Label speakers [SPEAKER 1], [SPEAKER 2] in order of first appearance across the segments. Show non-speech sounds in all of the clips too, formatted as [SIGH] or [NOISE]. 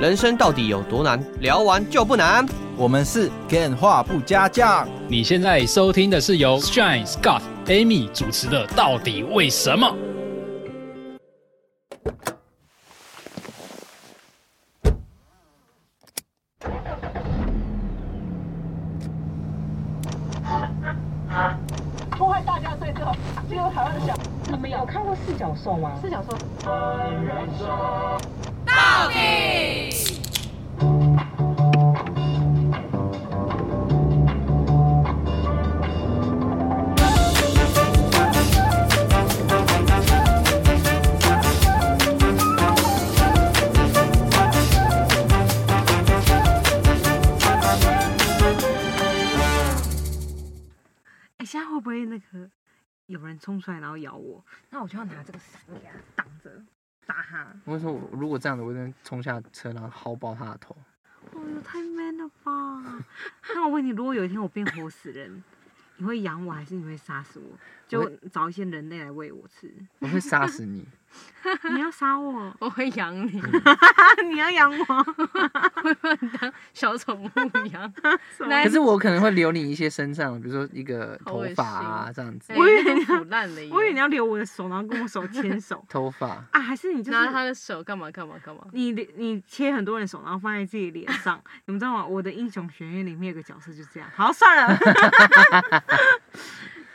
[SPEAKER 1] 人生到底有多难？聊完就不难。
[SPEAKER 2] 我们是干话不加酱，
[SPEAKER 3] 你现在收听的是由 Shine Scott Amy 主持的《到底为什么》。
[SPEAKER 4] 破坏大家对这个这个台湾的想法。你们有看过四角兽吗？四角兽。
[SPEAKER 5] 哎、现在会不会那个有人冲出来然后咬我？那我就要拿这个伞给他挡着，打他。
[SPEAKER 6] 我说，我如果这样子，我一定冲下车，然后薅爆他的
[SPEAKER 5] [LAUGHS]
[SPEAKER 6] 头。
[SPEAKER 5] 哦哟，太 man 了 [LAUGHS] 吧！那我问你，如果有一天我变活死人， [LAUGHS] 你会养我还是你会杀死我？
[SPEAKER 6] 我
[SPEAKER 5] 就
[SPEAKER 6] 会
[SPEAKER 5] 找一些人类来喂我吃。
[SPEAKER 6] 我会杀死你。
[SPEAKER 5] [LAUGHS] 你要杀我？
[SPEAKER 7] 我会养你，
[SPEAKER 5] [LAUGHS]
[SPEAKER 6] 嗯
[SPEAKER 5] 你要养 [LAUGHS] 我？
[SPEAKER 7] 会把你当小宠物 [LAUGHS] 养。来
[SPEAKER 6] 可是我可能会留你一些身上，比如说一个
[SPEAKER 7] 好
[SPEAKER 6] 头
[SPEAKER 7] 恶
[SPEAKER 6] 发啊
[SPEAKER 7] 心
[SPEAKER 6] 这样子
[SPEAKER 7] 哎，
[SPEAKER 5] 我以为
[SPEAKER 7] 那
[SPEAKER 5] 你要
[SPEAKER 7] 腐烂了耶，
[SPEAKER 5] 我以为你要留我的手，然后跟我手牵 [LAUGHS] 手
[SPEAKER 6] 头发。
[SPEAKER 5] 啊？还是你就是
[SPEAKER 7] 拿他的手干嘛干嘛干嘛？
[SPEAKER 5] 你的你切很多人手，然后放在自己脸上，你们知道吗？我的英雄学院里面有个角色就这样。好，算了。 [LAUGHS]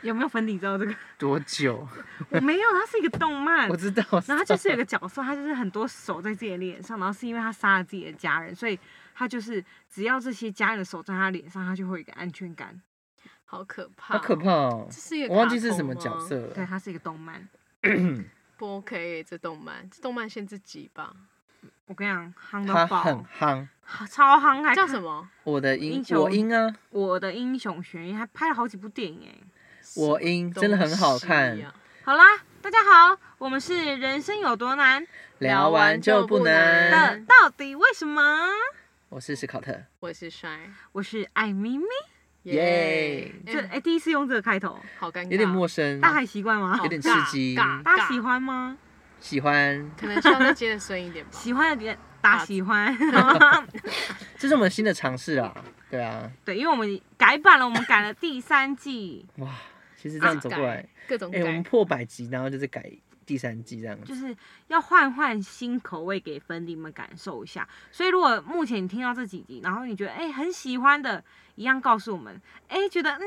[SPEAKER 5] 有没有粉底知道这个？
[SPEAKER 6] 多久？
[SPEAKER 5] 我没有，它是一个动漫
[SPEAKER 6] 我。知道。
[SPEAKER 5] 然后它就是有个角色，他就是很多手在自己的脸上，然后是因为他杀了自己的家人，所以他就是只要这些家人的手在他脸上，他就会有一个安全感。
[SPEAKER 7] 好可怕，
[SPEAKER 6] 好可怕！哦
[SPEAKER 7] 这！是一个
[SPEAKER 6] 我忘
[SPEAKER 7] 卡
[SPEAKER 6] 记是
[SPEAKER 7] 通
[SPEAKER 6] 什么
[SPEAKER 7] 吗
[SPEAKER 6] 角色
[SPEAKER 5] 对，
[SPEAKER 6] 了。
[SPEAKER 5] 它是一个动漫。
[SPEAKER 7] 不 OK 耶这动漫，这动漫限制级吧？
[SPEAKER 5] 我跟你讲，夯
[SPEAKER 6] 他
[SPEAKER 5] 到
[SPEAKER 6] 很
[SPEAKER 5] 爆，
[SPEAKER 6] 夯。
[SPEAKER 5] 好超夯，还
[SPEAKER 7] 叫
[SPEAKER 5] 看
[SPEAKER 7] 什么？
[SPEAKER 6] 我的
[SPEAKER 5] 英
[SPEAKER 6] 音，
[SPEAKER 5] 雄
[SPEAKER 6] 我音啊，
[SPEAKER 5] 我的英雄学院还拍了好几部电影哎、
[SPEAKER 6] 我
[SPEAKER 5] 啊
[SPEAKER 6] 音真的很好看
[SPEAKER 7] 东西。啊
[SPEAKER 5] 好啦，大家好，我们是人生有多难
[SPEAKER 6] 聊完就不
[SPEAKER 7] 聊完
[SPEAKER 6] 能。
[SPEAKER 5] 的，到底为什么？
[SPEAKER 6] 我是史考特，
[SPEAKER 7] 我是 Shine，
[SPEAKER 5] 我是艾咪咪，
[SPEAKER 6] 耶
[SPEAKER 5] 这
[SPEAKER 7] 哎
[SPEAKER 5] 哎、第一次用这个开头，
[SPEAKER 7] 好尴尬，
[SPEAKER 6] 有点陌生，
[SPEAKER 5] 大家还习惯吗
[SPEAKER 7] 好？
[SPEAKER 6] 有点刺
[SPEAKER 7] 尬
[SPEAKER 6] 激
[SPEAKER 7] 尬
[SPEAKER 5] 大家喜，
[SPEAKER 7] 尬
[SPEAKER 5] 欢吗？
[SPEAKER 6] 喜欢。
[SPEAKER 7] 可能需要再接的深一点吧。
[SPEAKER 5] 喜欢的点打喜欢，
[SPEAKER 6] 这是我们新的尝试啊，对啊，
[SPEAKER 5] [LAUGHS] 对，因为我们改版了，我们改了第三季，
[SPEAKER 6] 哇，其 [LAUGHS] 实这样走过来
[SPEAKER 7] 改，各种
[SPEAKER 6] 哎，我们
[SPEAKER 7] 改，
[SPEAKER 6] 破百集，然后就是改第三季这样
[SPEAKER 5] 就
[SPEAKER 6] 子。
[SPEAKER 5] 是要换换新口味给粉底们感受一下。所以如果目前你听到这几集，然后你觉得哎、很喜欢的，一样告诉我们，哎、觉得嗯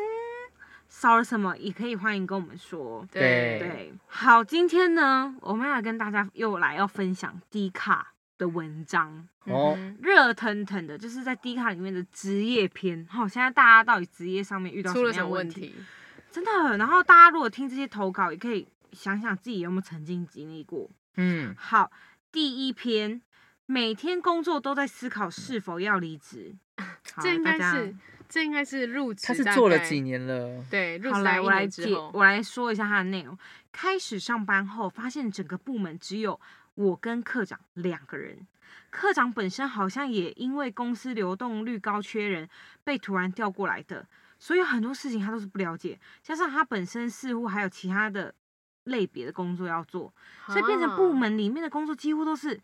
[SPEAKER 5] 少了什么，也可以欢迎跟我们说。
[SPEAKER 6] 对
[SPEAKER 5] 对，好，今天呢，我们要来跟大家又来要分享低卡的文章，
[SPEAKER 6] 哦，
[SPEAKER 7] 嗯
[SPEAKER 5] 热腾腾的，就是在低卡里面的职业篇。好，现在大家到底职业上面遇到
[SPEAKER 7] 出了
[SPEAKER 5] 么
[SPEAKER 7] 什
[SPEAKER 5] 样
[SPEAKER 7] 么
[SPEAKER 5] 问
[SPEAKER 7] 问
[SPEAKER 5] 题？
[SPEAKER 7] 题？
[SPEAKER 5] 真的。然后大家如果听这些投稿，也可以想想自己有没有曾经经历过。
[SPEAKER 6] 嗯，
[SPEAKER 5] 好，第一篇，每天工作都在思考是否要离
[SPEAKER 7] [LAUGHS]
[SPEAKER 5] 职。好
[SPEAKER 7] 这应
[SPEAKER 5] 大
[SPEAKER 7] 该
[SPEAKER 5] 家
[SPEAKER 7] 是这应该是入职，
[SPEAKER 6] 他是做了几？年了？
[SPEAKER 7] 对，入
[SPEAKER 5] 好
[SPEAKER 7] 职
[SPEAKER 5] 来，
[SPEAKER 7] 一
[SPEAKER 5] 我来
[SPEAKER 7] 年之
[SPEAKER 5] 解，
[SPEAKER 7] 后，
[SPEAKER 5] 我来说一下它的内容。开始上班后，发现整个部门只有我跟科长两个人。科长本身好像也因为公司流动率高缺人，被突然调过来的，所以很多事情他都是不了解。加上他本身似乎还有其他的类别的工作要做，所以变成部
[SPEAKER 7] 啊
[SPEAKER 5] 门里面的工作几乎都是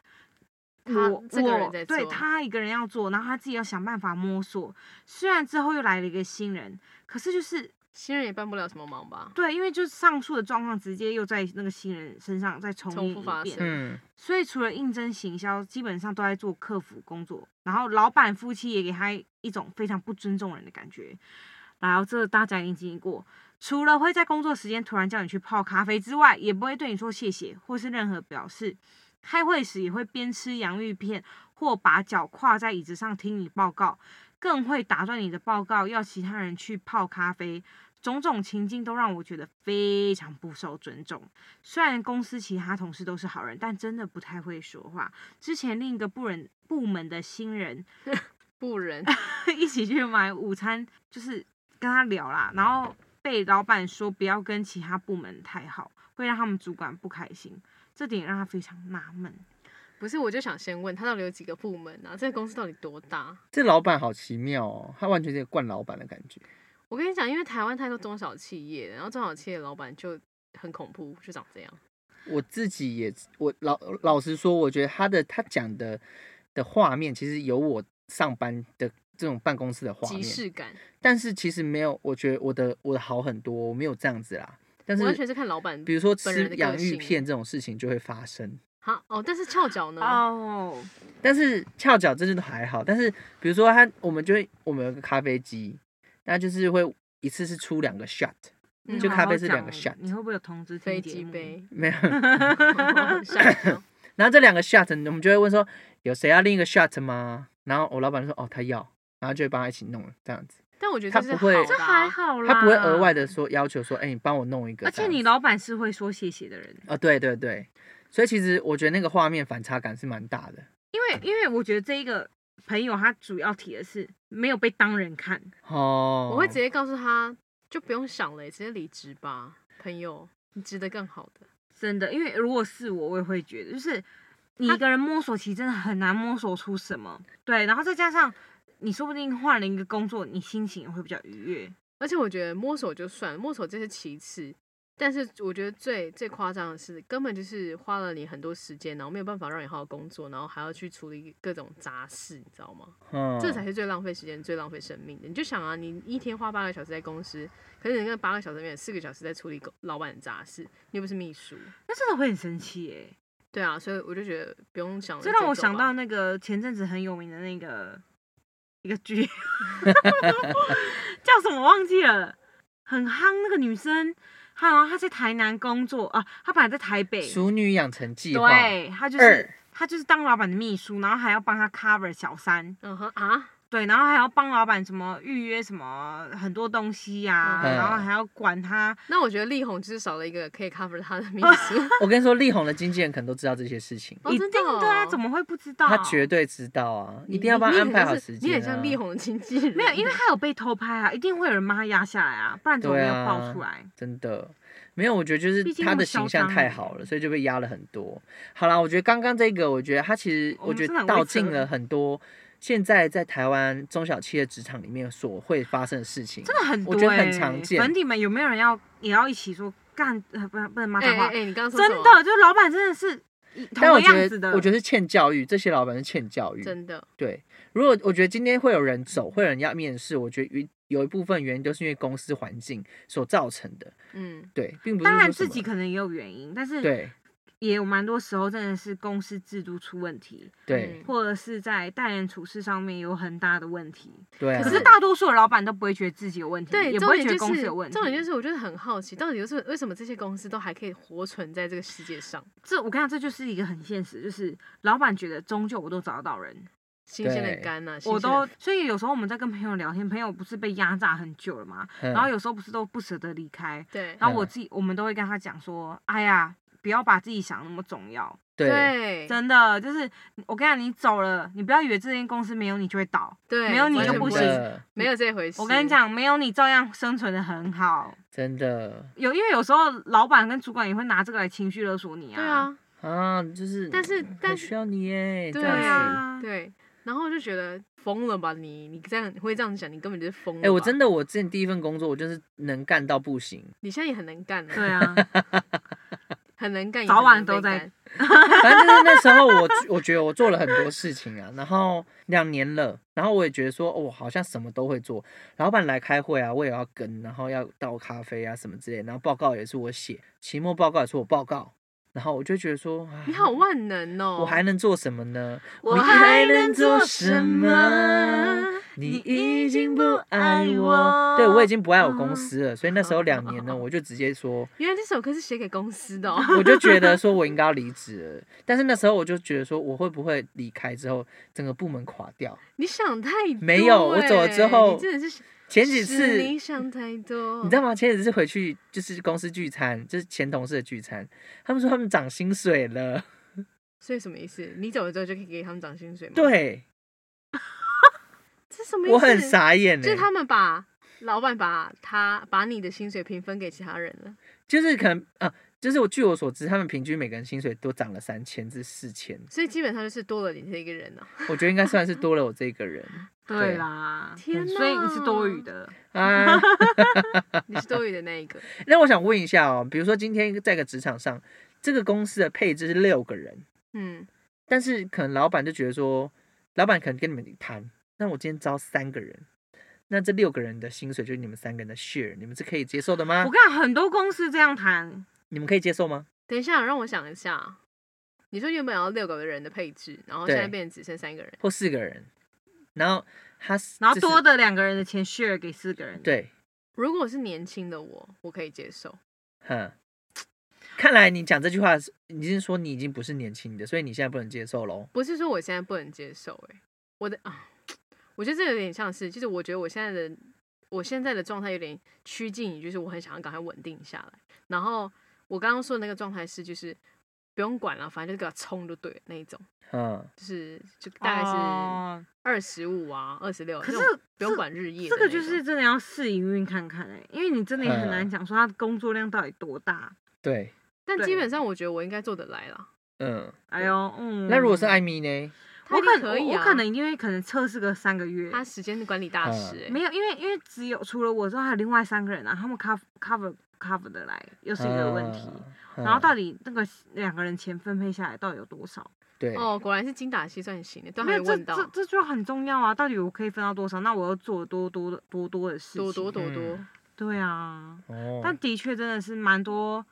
[SPEAKER 7] 他
[SPEAKER 5] 我
[SPEAKER 7] 这个人
[SPEAKER 5] 我
[SPEAKER 7] 在
[SPEAKER 5] 对
[SPEAKER 7] 做
[SPEAKER 5] 他一个人要做，然后他自己要想办法摸索。虽然之后又来了一个新人，可是就是
[SPEAKER 7] 新人也帮不了什么忙吧？
[SPEAKER 5] 对，因为就是上述的状况直接又在那个新人身上再重
[SPEAKER 7] 重
[SPEAKER 5] 演
[SPEAKER 7] 复
[SPEAKER 5] 一
[SPEAKER 7] 发
[SPEAKER 5] 遍，
[SPEAKER 7] 生
[SPEAKER 6] 嗯，
[SPEAKER 5] 所以除了应征行销，基本上都在做客服工作。然后老板夫妻也给他一种非常不尊重人的感觉。然后这个大家一定经历过，除了会在工作时间突然叫你去泡咖啡之外，也不会对你说谢谢或是任何表示。开会时也会边吃洋芋片或把脚跨在椅子上听你报告，更会打断你的报告，要其他人去泡咖啡。种种情境都让我觉得非常不受尊重。虽然公司其他同事都是好人，但真的不太会说话。之前另一个部人部门的新人 [LAUGHS]
[SPEAKER 6] [LAUGHS]
[SPEAKER 7] 不仁，
[SPEAKER 5] 一起去买午餐，就是跟他聊啦，然后被老板说不要跟其他部门太好，会让他们主管不开心，这点让他非常纳闷。
[SPEAKER 7] 不是，我就想先问他到底有几个部门啊？这个公司到底多大？
[SPEAKER 6] 这老板好奇妙哦，他完全是一个惯老板的感觉。
[SPEAKER 7] 我跟你讲，因为台湾太多中小企业，然后中小企业的老板就很恐怖，就长这样。
[SPEAKER 6] 我自己也，我老老实说，我觉得他的他讲的的画面，其实有我上班的这种办公室的画
[SPEAKER 7] 即
[SPEAKER 6] 面，
[SPEAKER 7] 视感，
[SPEAKER 6] 但是其实没有，我觉得我的我的好很多，我没有这样子啦。但
[SPEAKER 7] 完
[SPEAKER 6] 是
[SPEAKER 7] 全是看老板。
[SPEAKER 6] 比如说
[SPEAKER 7] 本人
[SPEAKER 6] 吃
[SPEAKER 7] 的个
[SPEAKER 6] 洋芋
[SPEAKER 7] 性
[SPEAKER 6] 片这种事情就会发生，
[SPEAKER 7] 好哦，但是翘脚
[SPEAKER 6] 嗯
[SPEAKER 7] 呢？
[SPEAKER 5] 哦，
[SPEAKER 6] 但是翘脚这些都还好。但是比如说他，我们就会我们有个咖啡机，那就是会一次是出两个 shot，
[SPEAKER 7] 嗯
[SPEAKER 5] 你
[SPEAKER 6] 就
[SPEAKER 5] 好
[SPEAKER 6] 咖
[SPEAKER 5] 好
[SPEAKER 6] 啡是
[SPEAKER 5] 讲
[SPEAKER 6] 两个
[SPEAKER 5] 哦
[SPEAKER 6] shot，
[SPEAKER 5] 你会不会有同志
[SPEAKER 7] 飞
[SPEAKER 5] 听节
[SPEAKER 7] 机
[SPEAKER 5] 目？
[SPEAKER 7] 杯
[SPEAKER 6] [LAUGHS] 没有。
[SPEAKER 7] 吓一跳
[SPEAKER 6] 然后这两个 shot，我们就会问说，有谁要另一个 shot 吗？然后我老板就说，哦，他要，然后就会帮他一起弄了这样子。
[SPEAKER 7] 但我觉得
[SPEAKER 6] 他
[SPEAKER 7] 这是
[SPEAKER 6] 不会
[SPEAKER 7] 好的
[SPEAKER 5] 这
[SPEAKER 7] 啊
[SPEAKER 5] 还好啦，
[SPEAKER 6] 他不会额外的说要求说，哎、你帮我弄一个
[SPEAKER 5] 而
[SPEAKER 6] 这
[SPEAKER 5] 且
[SPEAKER 6] 样子。
[SPEAKER 5] 你老板是会说谢谢的人，
[SPEAKER 6] 啊、对对对，所以其实我觉得那个画面反差感是蛮大的。
[SPEAKER 5] 因为因为我觉得这一个朋友他主要提的是没有被当人看，
[SPEAKER 6] 哦，
[SPEAKER 7] 我会直接告诉他，就不用想了，直接离职吧，朋友，你值得更好的。
[SPEAKER 5] 真的，因为如果是我，我也会觉得，就是你一个人摸索，其实真的很难摸索出什么。对，然后再加上你说不定换了一个工作，你心情也会比较愉悦。
[SPEAKER 7] 而且我觉得摸手就算了，摸手这是其次，但是我觉得最最夸张的是，根本就是花了你很多时间，然后没有办法让你好好工作，然后还要去处理各种杂事，你知道吗？
[SPEAKER 6] 嗯，
[SPEAKER 7] 这才是最浪费时间、最浪费生命的。你就想啊，你一天花八个小时在公司，可是你那八个小时里面有四个小时在处理老板的杂事，你又不是秘书。
[SPEAKER 5] 那真的会很生气耶、
[SPEAKER 7] 对啊，所以我就觉得不用
[SPEAKER 6] 哦
[SPEAKER 7] 想了。
[SPEAKER 5] 这让我
[SPEAKER 7] 直接
[SPEAKER 5] 想
[SPEAKER 6] 啊
[SPEAKER 7] 走吧
[SPEAKER 5] 到那个前阵子很有名的那个一个
[SPEAKER 6] [LAUGHS]
[SPEAKER 5] 剧， [LAUGHS] 叫什么忘记了，很夯那个女生，她好像她在台南工作啊，她本来在台北，
[SPEAKER 6] 熟女养成计划，
[SPEAKER 5] 对，她就是
[SPEAKER 6] 二
[SPEAKER 5] 她就是当老板的秘书，然后还要帮她 cover 小三，
[SPEAKER 7] 嗯哼啊，
[SPEAKER 5] 对，然后还要帮老板什么预约什么很多东西呀、
[SPEAKER 6] 嗯
[SPEAKER 5] 然后还要管他，
[SPEAKER 7] 那我觉得力宏就是少了一个可以 cover 他的秘
[SPEAKER 5] [LAUGHS]
[SPEAKER 7] 书。
[SPEAKER 6] 我跟你说，力宏的经纪人可能都知道这些事情，
[SPEAKER 7] 哦
[SPEAKER 5] 一
[SPEAKER 7] 真
[SPEAKER 5] 定
[SPEAKER 7] 的哦
[SPEAKER 5] 对啊，怎么会不知道？
[SPEAKER 6] 他绝对知道啊，
[SPEAKER 7] 你
[SPEAKER 6] 一定要帮
[SPEAKER 7] 你
[SPEAKER 6] 他
[SPEAKER 7] 你
[SPEAKER 6] 安排
[SPEAKER 7] 很
[SPEAKER 6] 好
[SPEAKER 7] 像是
[SPEAKER 6] 时
[SPEAKER 7] 你
[SPEAKER 6] 间、啊。
[SPEAKER 7] 很像力宏的经纪人，
[SPEAKER 5] [LAUGHS] 没有，因为他有被偷拍啊，一定会有人帮他压下来啊，不然怎么
[SPEAKER 6] 对
[SPEAKER 5] 没有
[SPEAKER 6] 啊，
[SPEAKER 5] 爆出来？
[SPEAKER 6] 真的没有，我觉得就是
[SPEAKER 5] 毕竟
[SPEAKER 6] 他
[SPEAKER 5] 那么
[SPEAKER 6] 的
[SPEAKER 5] 嚣
[SPEAKER 6] 形象
[SPEAKER 5] 张
[SPEAKER 6] 太
[SPEAKER 5] 欸
[SPEAKER 6] 好了，所以就被压了很多。好啦，我觉得刚刚这个，我觉得他其实，
[SPEAKER 5] 我
[SPEAKER 6] 我
[SPEAKER 5] 们
[SPEAKER 6] 觉
[SPEAKER 5] 真
[SPEAKER 6] 得
[SPEAKER 5] 的很会扯
[SPEAKER 6] 道尽了很多现在在台湾中小企业职场里面所会发生的事情，
[SPEAKER 5] 真的很多、
[SPEAKER 6] 我
[SPEAKER 5] 欸，
[SPEAKER 6] 觉得很常见。
[SPEAKER 5] 粉底们有没有人要也要一起说干？呃，不，不能骂
[SPEAKER 7] 哎
[SPEAKER 5] 脏话。
[SPEAKER 7] 哎哎，你刚刚说
[SPEAKER 5] 真
[SPEAKER 7] 什么
[SPEAKER 5] 的，就是老板真的是一同
[SPEAKER 6] 但我
[SPEAKER 5] 个
[SPEAKER 6] 觉
[SPEAKER 5] 样子的。
[SPEAKER 6] 得，我觉得是欠教育，这些老板是欠教育。
[SPEAKER 7] 真的，
[SPEAKER 6] 对，如果我觉得今天会有人走，会有人要面试，我觉得有有一部分原因都是因为公司环境所造成的。
[SPEAKER 7] 嗯，
[SPEAKER 6] 对，并不是
[SPEAKER 5] 当然
[SPEAKER 6] 说什
[SPEAKER 5] 自己
[SPEAKER 6] 么
[SPEAKER 5] 可能也有原因，但是
[SPEAKER 6] 对
[SPEAKER 5] 也有蛮多时候真的是公司制度出问题，
[SPEAKER 6] 对
[SPEAKER 7] 嗯
[SPEAKER 5] 或者是在待人处事上面有很大的问题。
[SPEAKER 6] 对啊。
[SPEAKER 5] 可是大多数的老板都不会觉得自己有问题，
[SPEAKER 7] 对，
[SPEAKER 5] 也不
[SPEAKER 7] 重
[SPEAKER 5] 会
[SPEAKER 7] 点
[SPEAKER 5] 觉
[SPEAKER 7] 就
[SPEAKER 5] 得
[SPEAKER 7] 是
[SPEAKER 5] 公司有问题。
[SPEAKER 7] 重点就是，我就是很好奇，到底就是为什么这些公司都还可以活存在这个世界上，
[SPEAKER 5] 这，我跟你讲，这就是一个很现实，就是老板觉得终究我都找得到人，
[SPEAKER 7] 新鲜的
[SPEAKER 6] 对
[SPEAKER 7] 肝啊呐，新
[SPEAKER 5] 我
[SPEAKER 7] 鲜的
[SPEAKER 5] 都所以有时候我们在跟朋友聊天，朋友不是被压榨很久了吗？
[SPEAKER 6] 嗯
[SPEAKER 5] 然后有时候不是都不舍得离开，
[SPEAKER 7] 对
[SPEAKER 5] 然后我
[SPEAKER 6] 嗯
[SPEAKER 5] 自己我们都会跟他讲说，哎呀。不要把自己想那么重要，
[SPEAKER 6] 对
[SPEAKER 7] 对
[SPEAKER 5] 真的就是我跟你讲，你走了，你不要以为这间公司没有你就会倒，
[SPEAKER 7] 对，
[SPEAKER 5] 没有你
[SPEAKER 7] 完
[SPEAKER 5] 就
[SPEAKER 7] 全
[SPEAKER 5] 不
[SPEAKER 7] 会
[SPEAKER 5] 行
[SPEAKER 6] 真，的
[SPEAKER 7] 没有这回事。
[SPEAKER 5] 我跟你，讲，没有你照样生存的很好。
[SPEAKER 6] 真的
[SPEAKER 5] 有因为有时候老板跟主管也会拿这个来情绪勒索你啊。
[SPEAKER 7] 对，啊，
[SPEAKER 6] 啊，就是，
[SPEAKER 7] 但是
[SPEAKER 6] 很
[SPEAKER 7] 但
[SPEAKER 6] 需
[SPEAKER 7] 是
[SPEAKER 6] 要你耶，这
[SPEAKER 7] 对
[SPEAKER 6] 样子。
[SPEAKER 5] 啊
[SPEAKER 7] 对，然后我就觉得疯了吧你，你这样你会这样想，你根本就是疯了
[SPEAKER 6] 哎、
[SPEAKER 7] 吧。
[SPEAKER 6] 我真的，我之前第一份工作，我就是能干到不行，
[SPEAKER 7] 你现在也很能干
[SPEAKER 5] 对
[SPEAKER 7] 了，
[SPEAKER 5] [LAUGHS] 啊，
[SPEAKER 7] 很能干，也
[SPEAKER 5] 早
[SPEAKER 7] 很
[SPEAKER 5] 晚
[SPEAKER 7] 能
[SPEAKER 5] 都
[SPEAKER 7] 被
[SPEAKER 5] 在
[SPEAKER 7] 干
[SPEAKER 6] 反正就是那时候我，我觉得我做了很多事情啊，然后两年了，然后我也觉得说，哦，我好像什么都会做。老板来开会啊，我也要跟，然后要倒咖啡啊什么之类，然后报告也是我写，期末报告也是我报告，然后我就觉得说，啊
[SPEAKER 7] 你好万能哦！
[SPEAKER 6] 我还能做什么呢？
[SPEAKER 5] 我
[SPEAKER 6] 你
[SPEAKER 5] 还
[SPEAKER 6] 能
[SPEAKER 5] 能
[SPEAKER 6] 做
[SPEAKER 5] 做
[SPEAKER 6] 什
[SPEAKER 5] 什
[SPEAKER 6] 么
[SPEAKER 5] 么？
[SPEAKER 6] 你
[SPEAKER 5] 你
[SPEAKER 6] 已
[SPEAKER 5] 已
[SPEAKER 6] 经
[SPEAKER 5] 经
[SPEAKER 6] 不
[SPEAKER 5] 不
[SPEAKER 6] 爱
[SPEAKER 5] 爱
[SPEAKER 6] 我。
[SPEAKER 5] 我
[SPEAKER 6] 对，我已经不爱我公
[SPEAKER 5] 啊
[SPEAKER 7] 嗯
[SPEAKER 6] 司了，所以那时候两年呢，我就直接
[SPEAKER 7] [LAUGHS]
[SPEAKER 6] 说，
[SPEAKER 7] 原来这首歌是写给公
[SPEAKER 6] [LAUGHS]
[SPEAKER 7] 司的、哦，
[SPEAKER 6] 我就觉得说我应该要离职了。但是那时候我就觉得说，我会不会离开之后，整个部门垮掉？
[SPEAKER 7] 你想太多、欸。欸
[SPEAKER 6] 没有我走了之后
[SPEAKER 7] 你真的是
[SPEAKER 6] 前几
[SPEAKER 7] 是
[SPEAKER 6] 次
[SPEAKER 7] 你想太多，
[SPEAKER 6] 你知道吗？前几次回去就是公司聚餐，就是前同事的聚餐，他们说他们涨薪水了。
[SPEAKER 7] 所以什么意思？你走了之后就可以给他们涨薪水吗？，
[SPEAKER 6] 对
[SPEAKER 7] 这是什么意思？
[SPEAKER 6] 我很，傻眼
[SPEAKER 7] 就
[SPEAKER 6] 欸
[SPEAKER 7] 是他们把老板把他把你的薪水平分给其他人了。
[SPEAKER 6] 就是可能啊，就是我据我所知，他们平均每个人薪水都涨了三千至四千，
[SPEAKER 7] 所以基本上就是多了你这一个人啊！
[SPEAKER 6] 我觉得应该算是多了我这个人
[SPEAKER 7] [LAUGHS]
[SPEAKER 5] 对啦，
[SPEAKER 7] 天哪，
[SPEAKER 5] 所以你是多余，的。
[SPEAKER 6] 啊。
[SPEAKER 7] 你是多余的那一个。
[SPEAKER 6] 那我想问一下哦，比如说今天在一个职场上，这个公司的配置是六个人，
[SPEAKER 7] 嗯，
[SPEAKER 6] 但是可能老板就觉得说老板可能跟你们谈，那我今天招三个人，那这六个人的薪水就是你们三个人的 share，你们是可以接受的吗
[SPEAKER 5] 我？跟你讲，很多公司这样谈，
[SPEAKER 6] 你们可以接受吗？
[SPEAKER 7] 等一下，让我想一下。你说原本要六个人的配置，然后现在
[SPEAKER 6] 对
[SPEAKER 7] 变成只剩三个人，
[SPEAKER 6] 或四个人，然后他是
[SPEAKER 5] 然后
[SPEAKER 6] 就是
[SPEAKER 5] 多的两个人的钱 share 给四个人。，
[SPEAKER 6] 对，
[SPEAKER 7] 如果是年轻的我，我可以接受。
[SPEAKER 6] 哼。看来你讲这句话，你是说你已经不是年轻的，所以你现在不能接受喽。
[SPEAKER 7] 不是说我现在不能接受、欸，我的啊，我觉得这有点像是，就是我觉得我现在的我现在的状态有点趋近于，就是我很想要赶快稳定下来。然后我刚刚说的那个状态是，就是不用管了，反正就给他冲就对了那一种，
[SPEAKER 6] 嗯，
[SPEAKER 7] 就是就大概是
[SPEAKER 5] 哦、
[SPEAKER 7] 二十五啊、二十六，
[SPEAKER 5] 可是
[SPEAKER 7] 那种不用
[SPEAKER 5] 这
[SPEAKER 7] 管日夜
[SPEAKER 5] 这
[SPEAKER 7] 的那
[SPEAKER 5] 个
[SPEAKER 7] 种。
[SPEAKER 5] 就是真的要试营运看看哎、因为你真的也很难讲说他的工作量到底多大。
[SPEAKER 6] 对，
[SPEAKER 7] 但
[SPEAKER 5] 对
[SPEAKER 7] 基本上我觉得我应该做得来啦。
[SPEAKER 6] 嗯。
[SPEAKER 5] 哎呦，嗯，
[SPEAKER 6] 那如果是艾米呢？
[SPEAKER 5] 我可
[SPEAKER 7] 他一定可以
[SPEAKER 5] 我
[SPEAKER 7] 啊，
[SPEAKER 5] 我可能因为可能测试个三个月，
[SPEAKER 7] 他时间管理大师、欸，
[SPEAKER 5] 没有，因为因为只有除了我之外，还有另外三个人啊，他们 cover cover cover 的来，又是一个问题。
[SPEAKER 6] 嗯。
[SPEAKER 5] 然后到
[SPEAKER 6] 底
[SPEAKER 5] 底那个两个人钱分配下来到底有多少？
[SPEAKER 6] 对，
[SPEAKER 7] 哦，果然是精打细算型的，都
[SPEAKER 5] 没
[SPEAKER 7] 还
[SPEAKER 5] 有
[SPEAKER 7] 没
[SPEAKER 5] 这
[SPEAKER 7] 问到
[SPEAKER 5] 这这就很重要啊！到底我可以分到多少？那我要做多多的多多的事情。
[SPEAKER 7] 多多多多。
[SPEAKER 6] 嗯
[SPEAKER 5] 对啊，
[SPEAKER 6] 哦，
[SPEAKER 5] 但的确真的是蛮多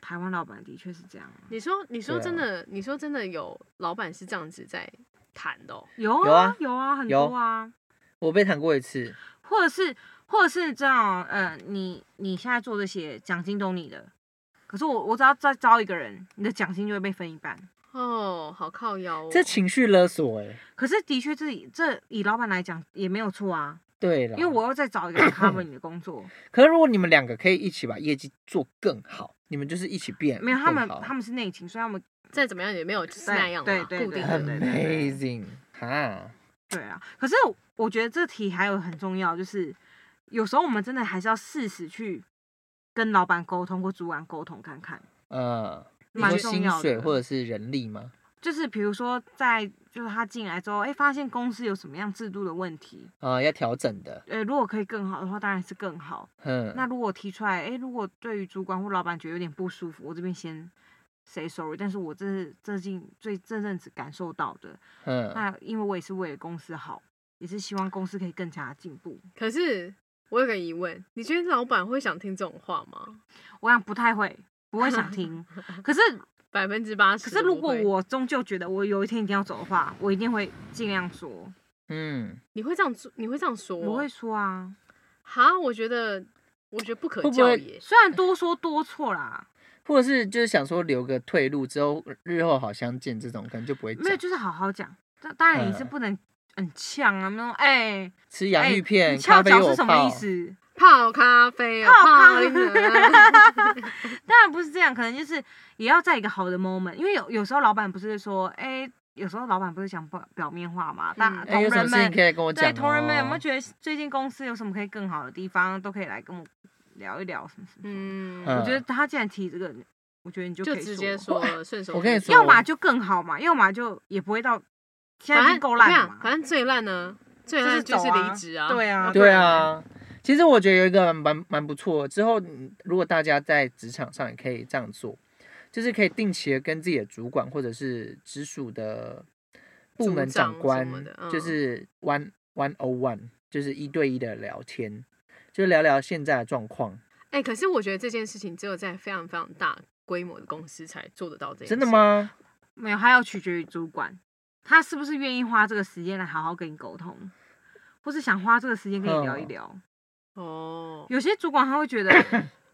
[SPEAKER 5] 台湾老板的确是这样啊。
[SPEAKER 7] 你说，你说
[SPEAKER 6] 对啊
[SPEAKER 7] 真的，你说真的有老板是这样子在谈的、哦，
[SPEAKER 5] 有
[SPEAKER 6] 有
[SPEAKER 5] 啊
[SPEAKER 6] 啊
[SPEAKER 5] 有啊很
[SPEAKER 6] 有
[SPEAKER 5] 多啊，
[SPEAKER 6] 我被谈过一次，
[SPEAKER 5] 或者是或者是这样，呃，你你现在做这些奖金都你的，可是我我只要再招一个人，你的奖金就会被分一半。
[SPEAKER 7] 哦，好靠腰哦。
[SPEAKER 6] 这情绪勒索哎、
[SPEAKER 5] 可是的确，这里这以老板来讲也没有错啊，
[SPEAKER 6] 对了，
[SPEAKER 5] 因为我要再找一个人 cover 你的工作，
[SPEAKER 6] [CLEARS THROAT] 可是如果你们两个可以一起把业绩做更好，你们就是一起变，
[SPEAKER 5] 没有他们
[SPEAKER 6] 更好
[SPEAKER 5] 他们是内勤，所以他们
[SPEAKER 7] 再怎么样也没有就是那样
[SPEAKER 5] 对
[SPEAKER 7] 啦，
[SPEAKER 5] 对对
[SPEAKER 7] 固定
[SPEAKER 5] 对对对
[SPEAKER 7] 的。
[SPEAKER 5] 对
[SPEAKER 6] amazing 哈，
[SPEAKER 5] 对啊。可是我觉得这题还有很重要，就是有时候我们真的还是要适时去跟老板沟通或主管沟通看看，
[SPEAKER 6] 嗯，你
[SPEAKER 5] 蛮
[SPEAKER 6] 说
[SPEAKER 5] 重
[SPEAKER 6] 薪
[SPEAKER 5] 要
[SPEAKER 6] 水
[SPEAKER 5] 的。
[SPEAKER 6] 或者是人力吗？
[SPEAKER 5] 就是比如说在就是他进来之后，哎，发现公司有什么样制度的问题，
[SPEAKER 6] 啊、要调整的，
[SPEAKER 5] 呃，如果可以更好的话，当然是更好。
[SPEAKER 6] 嗯，
[SPEAKER 5] 那如果提出来，哎、如果对于主管或老板觉得有点不舒服，我这边先 say sorry。但是我这是最近最这阵子感受到的，
[SPEAKER 6] 嗯，
[SPEAKER 5] 那因为我也是为了公司好，也是希望公司可以更加进步。
[SPEAKER 7] 可是我有个疑问，你觉得老板会想听这种话吗？
[SPEAKER 5] 我想不太会，不会想听。
[SPEAKER 6] [LAUGHS]
[SPEAKER 5] 可是
[SPEAKER 7] 百分之八十。
[SPEAKER 5] 可是，如果我终究觉得我有一天一定要走的话，我一定会尽量说，
[SPEAKER 6] 嗯，
[SPEAKER 7] 你会这样做，你会这样说、哦
[SPEAKER 5] 我会。说啊。
[SPEAKER 7] 哈，我觉得，我觉得不可
[SPEAKER 6] 会不
[SPEAKER 7] 教
[SPEAKER 6] 会
[SPEAKER 7] 也。
[SPEAKER 5] 虽然多说多错
[SPEAKER 6] [LAUGHS]
[SPEAKER 5] 啦，
[SPEAKER 6] 或者是就是想说留个退路，之后日后好相见这种，可能就不会
[SPEAKER 5] 没有
[SPEAKER 6] 讲
[SPEAKER 5] 就是好好讲。但当然你是
[SPEAKER 6] 嗯
[SPEAKER 5] 不能很呛啊，那种哎
[SPEAKER 6] 吃
[SPEAKER 5] 哎，
[SPEAKER 6] 洋芋片、
[SPEAKER 5] 你翘
[SPEAKER 6] 咖啡
[SPEAKER 5] 脚
[SPEAKER 6] 有
[SPEAKER 5] 是什么意
[SPEAKER 6] 泡，
[SPEAKER 5] 思？
[SPEAKER 7] 泡咖啡哦，
[SPEAKER 5] 泡咖
[SPEAKER 7] 泡你呢
[SPEAKER 5] [LAUGHS] 当然不是这样，可能就是也要在一个好的 moment，因为有有时候老板不是说，哎、有时候老板不是讲表表面话嘛，但
[SPEAKER 7] 嗯
[SPEAKER 6] 哎，
[SPEAKER 5] 同
[SPEAKER 6] 有什
[SPEAKER 5] 仁
[SPEAKER 6] 么事
[SPEAKER 5] 们、
[SPEAKER 6] 情可以跟我讲、
[SPEAKER 5] 对
[SPEAKER 6] 哦？
[SPEAKER 5] 同仁们有没有觉得最近公司有什么可以更好的地方，都可以来跟我聊一聊什么什么。
[SPEAKER 7] 嗯，
[SPEAKER 5] [LAUGHS] 我觉得他既然提这个，我觉得你呃就可
[SPEAKER 7] 就
[SPEAKER 5] 以
[SPEAKER 7] 直接说了，顺手
[SPEAKER 6] 哦我跟你
[SPEAKER 7] 拈来
[SPEAKER 6] 说
[SPEAKER 5] 要么就更好嘛，要么就也不会到现在已
[SPEAKER 7] 反
[SPEAKER 5] 经
[SPEAKER 7] 正
[SPEAKER 5] 够
[SPEAKER 7] 我
[SPEAKER 5] 烂
[SPEAKER 7] 跟
[SPEAKER 5] 了
[SPEAKER 7] 你讲
[SPEAKER 5] 嘛。
[SPEAKER 7] 反正最烂呢，最烂
[SPEAKER 5] 就
[SPEAKER 7] 就是是
[SPEAKER 5] 走啊
[SPEAKER 7] 离职啊。
[SPEAKER 5] 对啊
[SPEAKER 7] 要不
[SPEAKER 6] 对
[SPEAKER 7] 然呢，
[SPEAKER 6] 啊，其实我觉得有一个蛮蛮不错，之后嗯如果大家在职场上也可以这样做，就是可以定期的跟自己的主管或者是直属的部
[SPEAKER 7] 组
[SPEAKER 6] 门
[SPEAKER 7] 长
[SPEAKER 6] 长
[SPEAKER 7] 什
[SPEAKER 6] 官
[SPEAKER 7] 么的，
[SPEAKER 6] 就
[SPEAKER 7] 嗯
[SPEAKER 6] 是 one one o one，就是一对一的聊天，就聊聊现在的状况。
[SPEAKER 7] 哎、可是我觉得这件事情只有在非常非常大规模的公司才做得到这件事。
[SPEAKER 6] 真的？吗？
[SPEAKER 5] 没有，还要取决于主管，他是不是愿意花这个时间来好好跟你沟通，或是想花这个时间跟你聊一
[SPEAKER 6] 嗯
[SPEAKER 5] 聊。
[SPEAKER 7] 哦，
[SPEAKER 5] 有些主管他会
[SPEAKER 6] [LAUGHS]
[SPEAKER 5] 觉得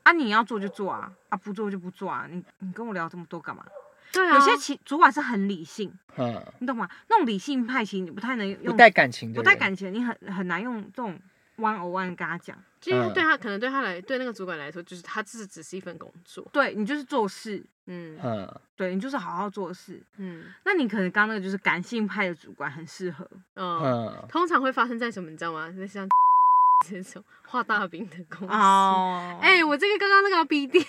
[SPEAKER 5] 啊，你要做就做啊，啊不做就不做啊，你你跟我聊这么多干嘛？
[SPEAKER 7] 对啊，
[SPEAKER 5] 有些其主管是很理性，
[SPEAKER 6] 嗯，
[SPEAKER 5] 你懂吗？那种理性派其实你不太能
[SPEAKER 6] 不
[SPEAKER 5] 用，
[SPEAKER 6] 带感情的，
[SPEAKER 5] 不带，感情，你很很难用这种 one on one 跟他讲。
[SPEAKER 7] 因为
[SPEAKER 6] 嗯
[SPEAKER 7] 对他、可能对他来对那个主管来说，就是他这只是一份工作。
[SPEAKER 5] 对你就是做事，
[SPEAKER 7] 嗯
[SPEAKER 6] 嗯，
[SPEAKER 5] 对你就是好好做事。
[SPEAKER 7] 嗯
[SPEAKER 5] 那你可能刚刚那个就是感性派的主管很适合，
[SPEAKER 7] 嗯，
[SPEAKER 6] 嗯，
[SPEAKER 7] 通常会发生在什么，你知道吗？就像 [LAUGHS] 这种画大饼的公司。
[SPEAKER 5] 哦
[SPEAKER 7] 哎、我这个刚刚那个要逼掉，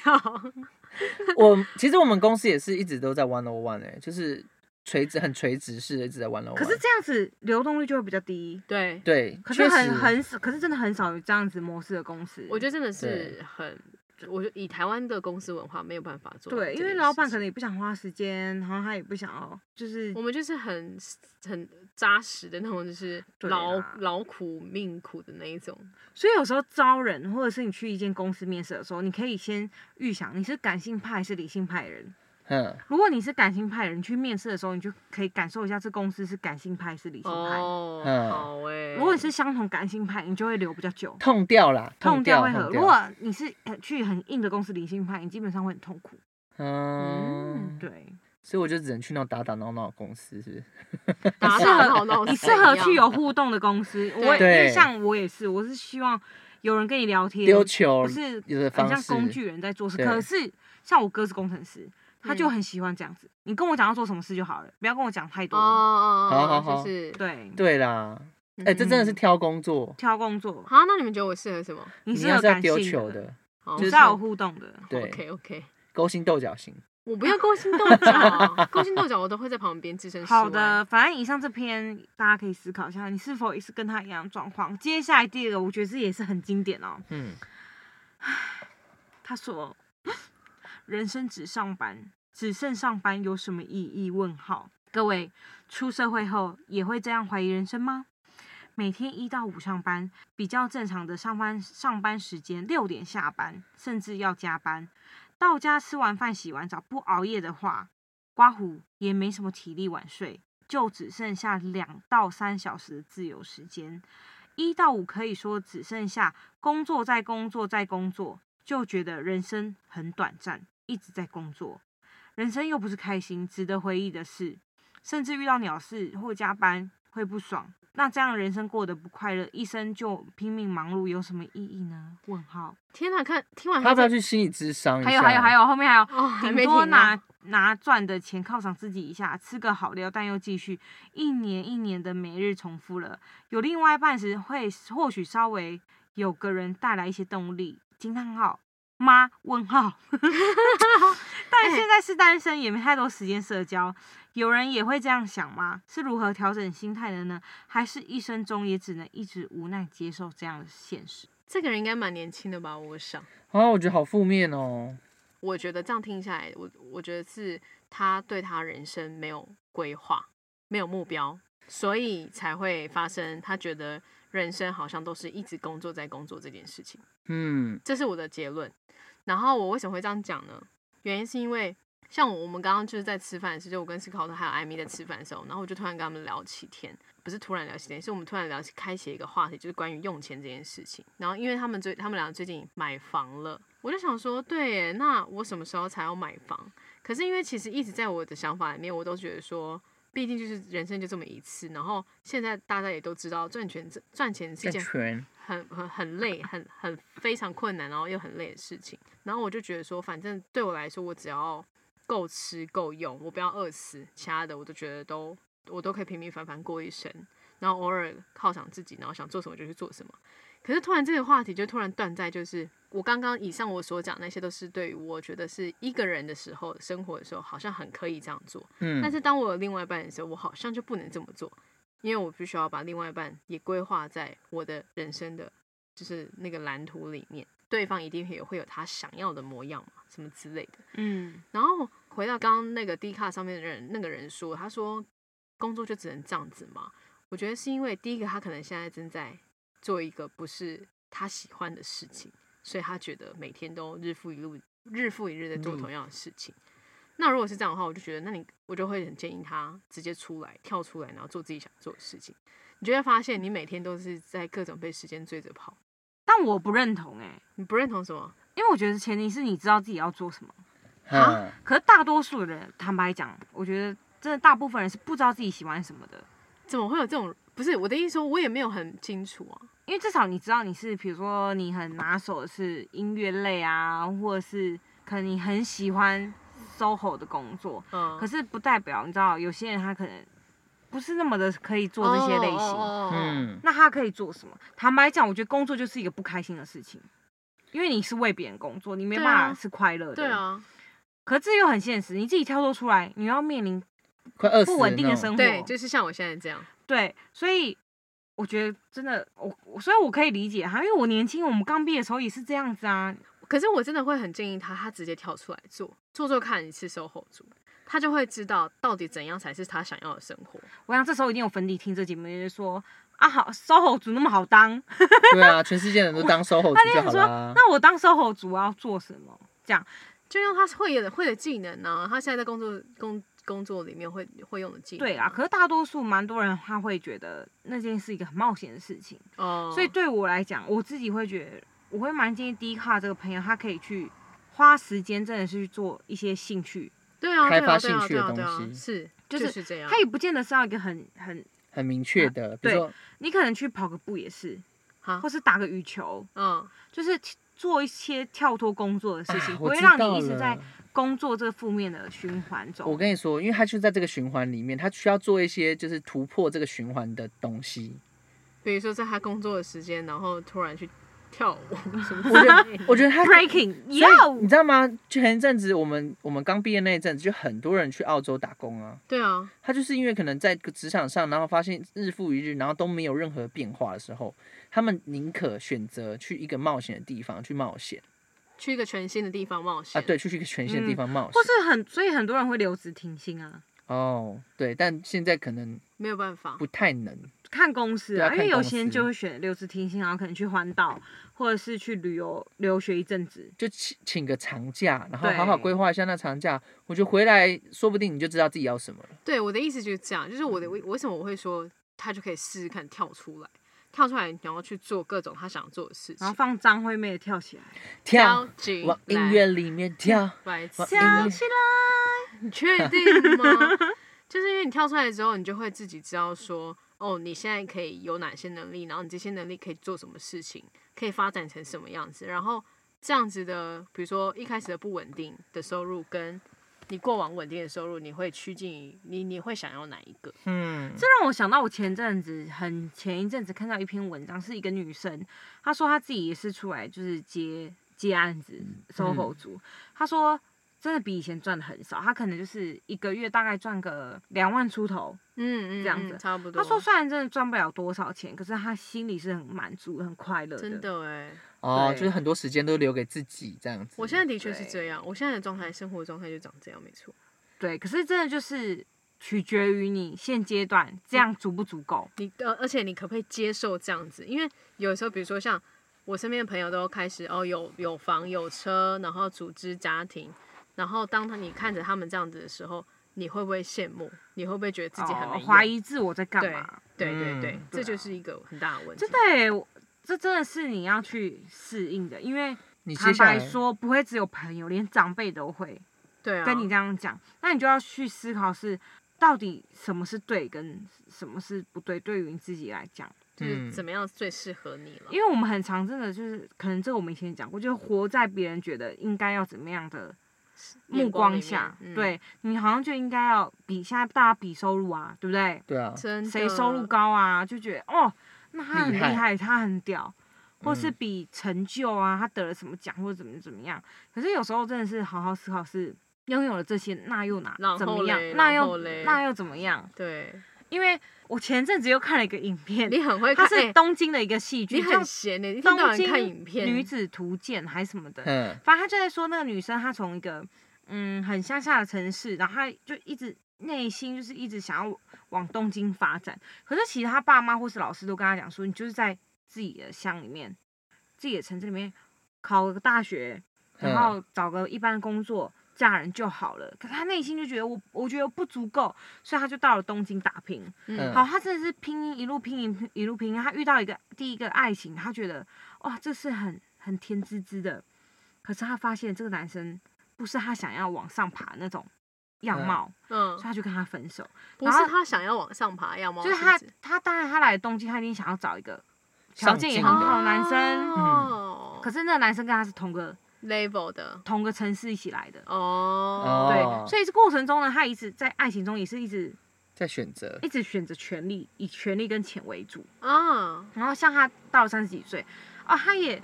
[SPEAKER 6] 我其实我们公司也是一直都在 one o one 哎，就是垂直很垂直式的一直在 one o one。
[SPEAKER 5] 可是这样子流动率就会比较低。
[SPEAKER 7] 对，
[SPEAKER 6] 对，
[SPEAKER 5] 可
[SPEAKER 6] 确
[SPEAKER 5] 是很
[SPEAKER 6] 实
[SPEAKER 5] 很少，可是真的很少有这样子模式的公司。
[SPEAKER 7] 我觉得真的
[SPEAKER 6] 对
[SPEAKER 7] 是很我觉得以台湾的公司文化没有办法做到这
[SPEAKER 5] 对，
[SPEAKER 7] 件事情。
[SPEAKER 5] 因为老板可能也不想花时间，然后他也不想要，就是
[SPEAKER 7] 我们就是很很扎实的那种，就是
[SPEAKER 5] 对
[SPEAKER 7] 劳
[SPEAKER 5] 啦
[SPEAKER 7] 劳苦命苦的那一种。
[SPEAKER 5] 所以有时候招人，或者是你去一间公司面试的时候，你可以先预想你是感性派还是理性派的人。
[SPEAKER 6] 嗯，
[SPEAKER 5] 如果你是感性派的人，去面试的时候，你就可以感受一下这公司是感性派还是理性派。
[SPEAKER 7] 哦，
[SPEAKER 6] 嗯
[SPEAKER 7] 好哎。
[SPEAKER 5] 如果你是相同感性派，你就会留比较久，
[SPEAKER 6] 痛掉啦，
[SPEAKER 5] 痛
[SPEAKER 6] 掉
[SPEAKER 5] 会
[SPEAKER 6] 痛
[SPEAKER 5] 合。如果你是呃去很硬的公司理性派，你基本上会很痛苦。
[SPEAKER 6] 嗯，
[SPEAKER 5] 对，
[SPEAKER 6] 所以我就只能去那种打打闹闹的公司，是不是？
[SPEAKER 7] 打
[SPEAKER 5] 适
[SPEAKER 7] 打闹
[SPEAKER 5] 合
[SPEAKER 7] 闹
[SPEAKER 5] 你
[SPEAKER 7] 是
[SPEAKER 5] 适合
[SPEAKER 7] 怎样
[SPEAKER 5] 去有互动的公
[SPEAKER 7] [LAUGHS]
[SPEAKER 5] 司。我也因
[SPEAKER 6] 对
[SPEAKER 5] 为像我也是，我是希望有人跟你聊天，
[SPEAKER 6] 丢球
[SPEAKER 5] 不是
[SPEAKER 6] 有的
[SPEAKER 5] 很
[SPEAKER 6] 方
[SPEAKER 5] 像
[SPEAKER 6] 式，
[SPEAKER 5] 工具人在做事。
[SPEAKER 6] 对嗯
[SPEAKER 5] 可是像我哥是工程师，他就很喜欢这样子。你跟我讲要做什么事就好了，不要跟我讲太
[SPEAKER 7] 哦
[SPEAKER 5] 多。
[SPEAKER 7] 哦哦，
[SPEAKER 6] 好好
[SPEAKER 7] 哦
[SPEAKER 6] 好
[SPEAKER 7] 就是嗯
[SPEAKER 5] 对，
[SPEAKER 6] 对啦，哎、这真的
[SPEAKER 5] 嗯
[SPEAKER 6] 是挑工作，
[SPEAKER 5] 挑工作，
[SPEAKER 7] 好，那你们觉得我适合什么？哦
[SPEAKER 5] 你
[SPEAKER 6] 你
[SPEAKER 5] 适
[SPEAKER 6] 要
[SPEAKER 5] 合
[SPEAKER 6] 是要
[SPEAKER 5] 感
[SPEAKER 6] 丢
[SPEAKER 5] 性
[SPEAKER 6] 球的，
[SPEAKER 7] 好
[SPEAKER 5] 你
[SPEAKER 6] 就是
[SPEAKER 5] 要有互动的。
[SPEAKER 6] 对
[SPEAKER 7] OK OK，
[SPEAKER 6] 勾心斗角型。
[SPEAKER 7] 我不要勾心斗角，勾心斗角我都会在旁边置身事外
[SPEAKER 5] 好的，，反正以上这篇大家可以思考一下，你是否也是跟他一样的状况。接下来第二个，我觉得这也是很经典哦。
[SPEAKER 6] 嗯，
[SPEAKER 5] 他说：“人生只上班，只剩上班有什么意义？”问号。各位，出社会后也会这样怀疑人生吗？每天一到五上班，比较正常的上班上班时间六点下班，甚至要加班。到家吃完饭、洗完澡，不熬夜的话，刮胡也没什么体力晚睡，就只剩下两到三小时的自由时间。一到五可以说只剩下工作在工作在工作，就觉得人生很短暂，一直在工作。人生又不是开心、值得回忆的事，甚至遇到鸟事或加班会不爽。那这样人生过得不快乐，一生就拼命忙碌，有什么意义呢？问号。
[SPEAKER 7] 天哪，看听完
[SPEAKER 6] 他要不要
[SPEAKER 7] 这
[SPEAKER 6] 去心理咨商一下？
[SPEAKER 5] 还有还有还，有，后面还有，
[SPEAKER 7] 哦，还没
[SPEAKER 5] 顶多
[SPEAKER 7] 听
[SPEAKER 5] 拿
[SPEAKER 7] 呢
[SPEAKER 5] 拿赚的钱犒赏自己一下，吃个好料，但又继续一年一年的每日重复了。有另外一半时，会或许稍微有个人带来一些动力。惊叹号！妈？问号！ [LAUGHS] 但
[SPEAKER 7] 哎
[SPEAKER 5] 现在是单身，也没太多时间社交。有人也会这样想吗？是如何调整心态的呢？还是一生中也只能一直无奈接受这样的现实？
[SPEAKER 7] 这个人应该蛮年轻的吧？我想，
[SPEAKER 6] 啊，我觉得好负面哦。
[SPEAKER 7] 我觉得这样听下来，我我觉得是他对他人生没有规划，没有目标，所以才会发生他觉得人生好像都是一直工作在工作这件事情。
[SPEAKER 6] 嗯，
[SPEAKER 7] 这是我的结论。然后我为什么会这样讲呢？原因是因为像我们刚刚就是在吃饭的时候，就我跟斯考特还有艾米在吃饭的时候，然后我就突然跟他们聊起天，不是突然聊起天，是我们突然聊起开启一个话题，就是关于用钱这件事情。然后因为他们最他们俩最近买房了，我就想说，对耶，那我什么时候才要买房？可是因为其实一直在我的想法里面，我都觉得说。毕竟就是人生就这么一次，然后现在大家也都知道赚钱赚钱是一
[SPEAKER 6] 健
[SPEAKER 7] 件
[SPEAKER 6] 全，
[SPEAKER 7] 很很很累，很很非常困难，然后又很累的事情。然后我就觉得说，反正对我来说，我只要够吃够用，我不要饿死，其他的我都觉得都我都可以平平凡凡过一生。然后偶尔犒赏自己，然后想做什么就去做什么。可是突然这个话题就突然断在，就是我刚刚以上我所讲那些都是对于我觉得是一个人的时候生活的时候，好像很可以这样做。但
[SPEAKER 6] 嗯，
[SPEAKER 7] 是当我有另外一半的时候，我好像就不能这么做，因为我必须要把另外一半也规划在我的人生的，就是那个蓝图里面。对方一定也会有他想要的模样嘛，什么之类的。
[SPEAKER 5] 嗯，
[SPEAKER 7] 然后回到刚刚那个 D 卡上面的人，那个人说，他说工作就只能这样子嘛。我觉得是因为第一个，他可能现在正在做一个不是他喜欢的事情，所以他觉得每天都日复一日、日复一日在做同样的事情。那如果是这样的话，我就觉得，那你我就会很建议他直接出来、跳出来，然后做自己想做的事情。你就会发现，你每天都是在各种被时间追着跑。
[SPEAKER 5] 但我不认同哎、
[SPEAKER 7] 你不认同什么？
[SPEAKER 5] 因为我觉得前提是你知道自己要做什么。
[SPEAKER 6] 哈，
[SPEAKER 5] 可是大多数的人，坦白讲，我觉得真的大部分人是不知道自己喜欢什么的，
[SPEAKER 7] 怎么会有这种？不是我的意思说，我也没有很清楚啊。
[SPEAKER 5] 因为至少你知道你是，比如说你很拿手的是音乐类啊，或者是可能你很喜欢 SOHO 的工作，
[SPEAKER 7] 嗯，
[SPEAKER 5] 可是不代表你知道有些人他可能不是那么的可以做这些类型。
[SPEAKER 7] 哦，嗯，
[SPEAKER 6] 嗯，
[SPEAKER 5] 那他可以做什么？坦白讲，我觉得工作就是一个不开心的事情，因为你是为别人工作，你没
[SPEAKER 7] 对
[SPEAKER 5] 办
[SPEAKER 7] 啊
[SPEAKER 5] 法是快乐的。
[SPEAKER 7] 对。啊，
[SPEAKER 5] 可是这又很现实，你自己跳脱出来，你要面临
[SPEAKER 6] 快饿死
[SPEAKER 5] 不稳定的生活。
[SPEAKER 6] 活，
[SPEAKER 7] 对，就是像我现在这样，
[SPEAKER 5] 对，所以我觉得真的，我我所以我可以理解他，因为我年轻，我们刚毕业的时候也是这样子啊。
[SPEAKER 7] 可是我真的会很建议他，他直接跳出来做，做做看一次售后组，他就会知道到底怎样才是他想要的生活。
[SPEAKER 5] 我想这时候一定有粉底听这节目，就是说啊，好，售后族那么好当，
[SPEAKER 6] 对啊，全世界人
[SPEAKER 5] [LAUGHS]
[SPEAKER 6] 都当售后
[SPEAKER 5] 他
[SPEAKER 6] 族
[SPEAKER 5] 就
[SPEAKER 6] 就
[SPEAKER 5] 想
[SPEAKER 6] 好
[SPEAKER 5] 说
[SPEAKER 6] 啦，。
[SPEAKER 5] 那我当售后族我要做什么？这样，
[SPEAKER 7] 就用他会的会的技能啊，他现在在工作工工作里面会会用的技能。
[SPEAKER 5] 对啊，可是大多数蛮多人他会觉得那件是一个很冒险的事情，
[SPEAKER 7] 哦，
[SPEAKER 5] 所以对我来讲，我自己会觉得，我会蛮建议 D 卡这个朋友，他可以去花时间，真的是去做一些兴趣，
[SPEAKER 7] 对啊，
[SPEAKER 6] 开
[SPEAKER 7] 对啊
[SPEAKER 6] 发
[SPEAKER 7] 对啊
[SPEAKER 6] 兴趣
[SPEAKER 7] 对
[SPEAKER 6] 的
[SPEAKER 7] 啊对啊
[SPEAKER 6] 东西
[SPEAKER 7] 是
[SPEAKER 5] 就
[SPEAKER 7] 就是这样
[SPEAKER 5] 他。也不见得是要一个很很，
[SPEAKER 6] 很明确的，比
[SPEAKER 5] 对
[SPEAKER 6] 如说
[SPEAKER 5] 你可能去跑个步也是，
[SPEAKER 7] 好
[SPEAKER 5] 或，是打个羽球，
[SPEAKER 7] 嗯，
[SPEAKER 5] 就是做一些跳脱工作的事情，
[SPEAKER 6] 啊
[SPEAKER 5] 不
[SPEAKER 6] 我
[SPEAKER 5] 会
[SPEAKER 6] 知
[SPEAKER 5] 让
[SPEAKER 6] 道
[SPEAKER 5] 你一直在
[SPEAKER 6] 了
[SPEAKER 5] 工作这个负面的循环中。
[SPEAKER 6] 我跟你说，因为他就在这个循环里面，他需要做一些就是突破这个循环的东西。
[SPEAKER 7] 比如说在他工作的时间，然后突然去跳舞什么
[SPEAKER 6] 我
[SPEAKER 7] 之
[SPEAKER 6] 觉
[SPEAKER 7] 类
[SPEAKER 6] 得
[SPEAKER 7] 的，，
[SPEAKER 6] 我觉得他
[SPEAKER 5] breaking
[SPEAKER 6] 所以你
[SPEAKER 5] yo，
[SPEAKER 6] 知道吗？前一阵子我们我们刚毕业那一阵子，就很多人去澳洲打工啊。
[SPEAKER 7] 对啊，
[SPEAKER 6] 他就是因为可能在职场上，然后发现日复一日，然后都没有任何变化的时候，他们宁可选择去一个冒险的地方去冒险
[SPEAKER 7] 去一个全新的地方冒
[SPEAKER 6] 啊，
[SPEAKER 7] 险。
[SPEAKER 6] 对，去一个全新的地方冒险。
[SPEAKER 5] 嗯或是很，所以很多人会留职停薪啊，
[SPEAKER 6] 哦，对，但现在可能
[SPEAKER 7] 没有办法
[SPEAKER 6] 不。太能。
[SPEAKER 5] 看公司啊，
[SPEAKER 6] 对
[SPEAKER 5] 因
[SPEAKER 6] 啊
[SPEAKER 5] 为
[SPEAKER 6] 看
[SPEAKER 5] 有
[SPEAKER 6] 公
[SPEAKER 5] 些人
[SPEAKER 6] 司
[SPEAKER 5] 就会选留职停薪，然后可能去环岛，或者是去旅游留学一阵子。
[SPEAKER 6] 就请请个长假，然后
[SPEAKER 5] 对
[SPEAKER 6] 好好规划一下那长假，我觉得回来说不定你就知道自己要什么了。
[SPEAKER 7] 对，我的意思就是这样，就是
[SPEAKER 5] 嗯
[SPEAKER 7] 我的为为什么我会说他就可以试试看跳出来，跳出来，然后去做各种他想做的事
[SPEAKER 5] 然后
[SPEAKER 7] 情。
[SPEAKER 5] 放张惠妹的跳起来，
[SPEAKER 6] 跳，
[SPEAKER 7] 起
[SPEAKER 6] 往音
[SPEAKER 7] 来
[SPEAKER 6] 乐里面跳。
[SPEAKER 5] [LAUGHS]
[SPEAKER 7] 白
[SPEAKER 6] 往
[SPEAKER 7] 痴
[SPEAKER 6] 音乐
[SPEAKER 7] 你确定
[SPEAKER 5] [LAUGHS]
[SPEAKER 7] 吗？就是因为你跳出来之后，你就会自己知道说，哦，你现在可以有哪些能力，然后你这些能力可以做什么事情，可以发展成什么样子。然后这样子的，比如说一开始的不稳定的收入，跟你过往稳定的收入，你会趋近于你你会想要哪一个？
[SPEAKER 6] 嗯，
[SPEAKER 5] 这让我想到我前阵子很前一阵子看到一篇文章，是一个女生，她说她自己也是出来就是接接案子，
[SPEAKER 7] 嗯
[SPEAKER 5] 收购族，她说真的比以前赚的很少，她可能就是一个月大概赚个两万出头。
[SPEAKER 7] 嗯嗯，
[SPEAKER 5] 这样子
[SPEAKER 7] 嗯差不多。
[SPEAKER 5] 她说虽然真的赚不了多少钱，可是她心里是很满足、很快乐
[SPEAKER 7] 真
[SPEAKER 5] 的
[SPEAKER 7] 的哎、
[SPEAKER 6] 哦，
[SPEAKER 5] 对
[SPEAKER 6] 就是很多时间都留给自己这样子。
[SPEAKER 7] 我现在的确是这
[SPEAKER 5] 对
[SPEAKER 7] 样，我现在的状态，生活状态就长这样，没错。
[SPEAKER 5] 对，可是真的就是取决于你现阶
[SPEAKER 7] 嗯
[SPEAKER 5] 段这样足不足够。
[SPEAKER 7] 你呃，而且你可不可以接受这样子？因为有时候，比如说像我身边的朋友都开始哦，有有房有车，然后组织家庭，然后当他你看着他们这样子的时候，你会不会羡慕？你会不会觉得自己很没
[SPEAKER 5] 哦
[SPEAKER 7] 用
[SPEAKER 5] 怀？疑自我在干嘛？
[SPEAKER 7] 对对
[SPEAKER 6] 嗯
[SPEAKER 7] 对，
[SPEAKER 5] 对
[SPEAKER 7] 这
[SPEAKER 5] 啊
[SPEAKER 7] 就是一个很大的问题
[SPEAKER 5] 真。的耶，我这真的是你要去适应的，因为
[SPEAKER 6] 你接
[SPEAKER 5] 坦
[SPEAKER 6] 下
[SPEAKER 5] 白
[SPEAKER 6] 来，
[SPEAKER 5] 说，不会只有朋友，连长辈都会
[SPEAKER 7] 对啊，
[SPEAKER 5] 跟你这样讲。那你就要去思考是到底什么是对，跟什么是不对，对于你自己来讲。
[SPEAKER 7] 就是
[SPEAKER 6] 嗯
[SPEAKER 7] 怎么样最适合你了
[SPEAKER 5] 因。为我们很常真的就是，可能这个我们以前也讲过，就是活在别人觉得应该要怎么样的
[SPEAKER 7] 眼
[SPEAKER 5] 目
[SPEAKER 7] 光
[SPEAKER 5] 光
[SPEAKER 7] 里
[SPEAKER 5] 下，
[SPEAKER 7] 面嗯
[SPEAKER 5] 对你好像就应该要比现在大家比收入啊，对不对？
[SPEAKER 6] 对啊，
[SPEAKER 7] 真的
[SPEAKER 5] 谁收入？高啊，就觉得哦，那他很
[SPEAKER 6] 厉
[SPEAKER 5] 厉
[SPEAKER 6] 害
[SPEAKER 5] 害，他很屌，或是
[SPEAKER 6] 嗯
[SPEAKER 5] 比成就啊，他得了什么奖或者怎么怎么样。可是有时候真的是好好思考是。拥有了这些，那又哪
[SPEAKER 7] 然
[SPEAKER 5] 怎
[SPEAKER 7] 后
[SPEAKER 5] 么样
[SPEAKER 7] 嘞？
[SPEAKER 5] 那
[SPEAKER 7] 然
[SPEAKER 5] 又
[SPEAKER 7] 后嘞
[SPEAKER 5] 那又怎么样？
[SPEAKER 7] 对，
[SPEAKER 5] 因为我前阵子又看了一个影片，
[SPEAKER 7] 你很会
[SPEAKER 5] 它
[SPEAKER 7] 看，
[SPEAKER 5] 是
[SPEAKER 7] 哎
[SPEAKER 5] 东京的一个戏剧，
[SPEAKER 7] 你
[SPEAKER 5] 叫
[SPEAKER 7] 很闲呢，你一天到
[SPEAKER 5] 东
[SPEAKER 7] 晚
[SPEAKER 5] 京
[SPEAKER 7] 看影片。
[SPEAKER 5] 女子图鉴还是什么
[SPEAKER 7] [LAUGHS]
[SPEAKER 5] 的，
[SPEAKER 6] 嗯，
[SPEAKER 5] 反正他就在说那个女生，她从一个嗯很乡下的城市，然后她就一直内心就是一直想要往东京发展，可是其实她爸妈或是老师都跟她讲说，你就是在自己的乡里面、自己的城市里面考个大学，
[SPEAKER 6] 嗯
[SPEAKER 5] 然后找个一般的工作。嫁人就好了，可是她内心就觉得我，我觉得不足够，所以她就到了东京打拼。
[SPEAKER 7] 嗯
[SPEAKER 6] 嗯
[SPEAKER 5] 好，他真的是拼音一路拼音一路拼音，他遇到一个第一个爱情，他觉得哇，这是很很甜滋滋的。可是他发现这个男生不是他想要往上爬那种样
[SPEAKER 6] 嗯
[SPEAKER 5] 貌，
[SPEAKER 7] 嗯
[SPEAKER 5] 所以，他就跟他分手。
[SPEAKER 7] 不
[SPEAKER 5] 然
[SPEAKER 7] 是
[SPEAKER 5] 后
[SPEAKER 7] 他想要往上爬，要么
[SPEAKER 5] 就是他他当然他来东京，他一定想要找一个条
[SPEAKER 6] 上
[SPEAKER 5] 件也
[SPEAKER 6] 进
[SPEAKER 5] 很
[SPEAKER 6] 的
[SPEAKER 5] 好的男生。嗯
[SPEAKER 7] 哦
[SPEAKER 5] 可是那个男生跟他是同个
[SPEAKER 7] level 的
[SPEAKER 5] 同个城市一起来的，
[SPEAKER 7] 哦，
[SPEAKER 6] 哦
[SPEAKER 5] 对，所以这过程中呢，他一直在爱情中也是一直
[SPEAKER 6] 在选择
[SPEAKER 5] 一直选择权力，以权力跟钱为主。
[SPEAKER 7] 啊，
[SPEAKER 5] 然后像他到三十几岁，哦，他也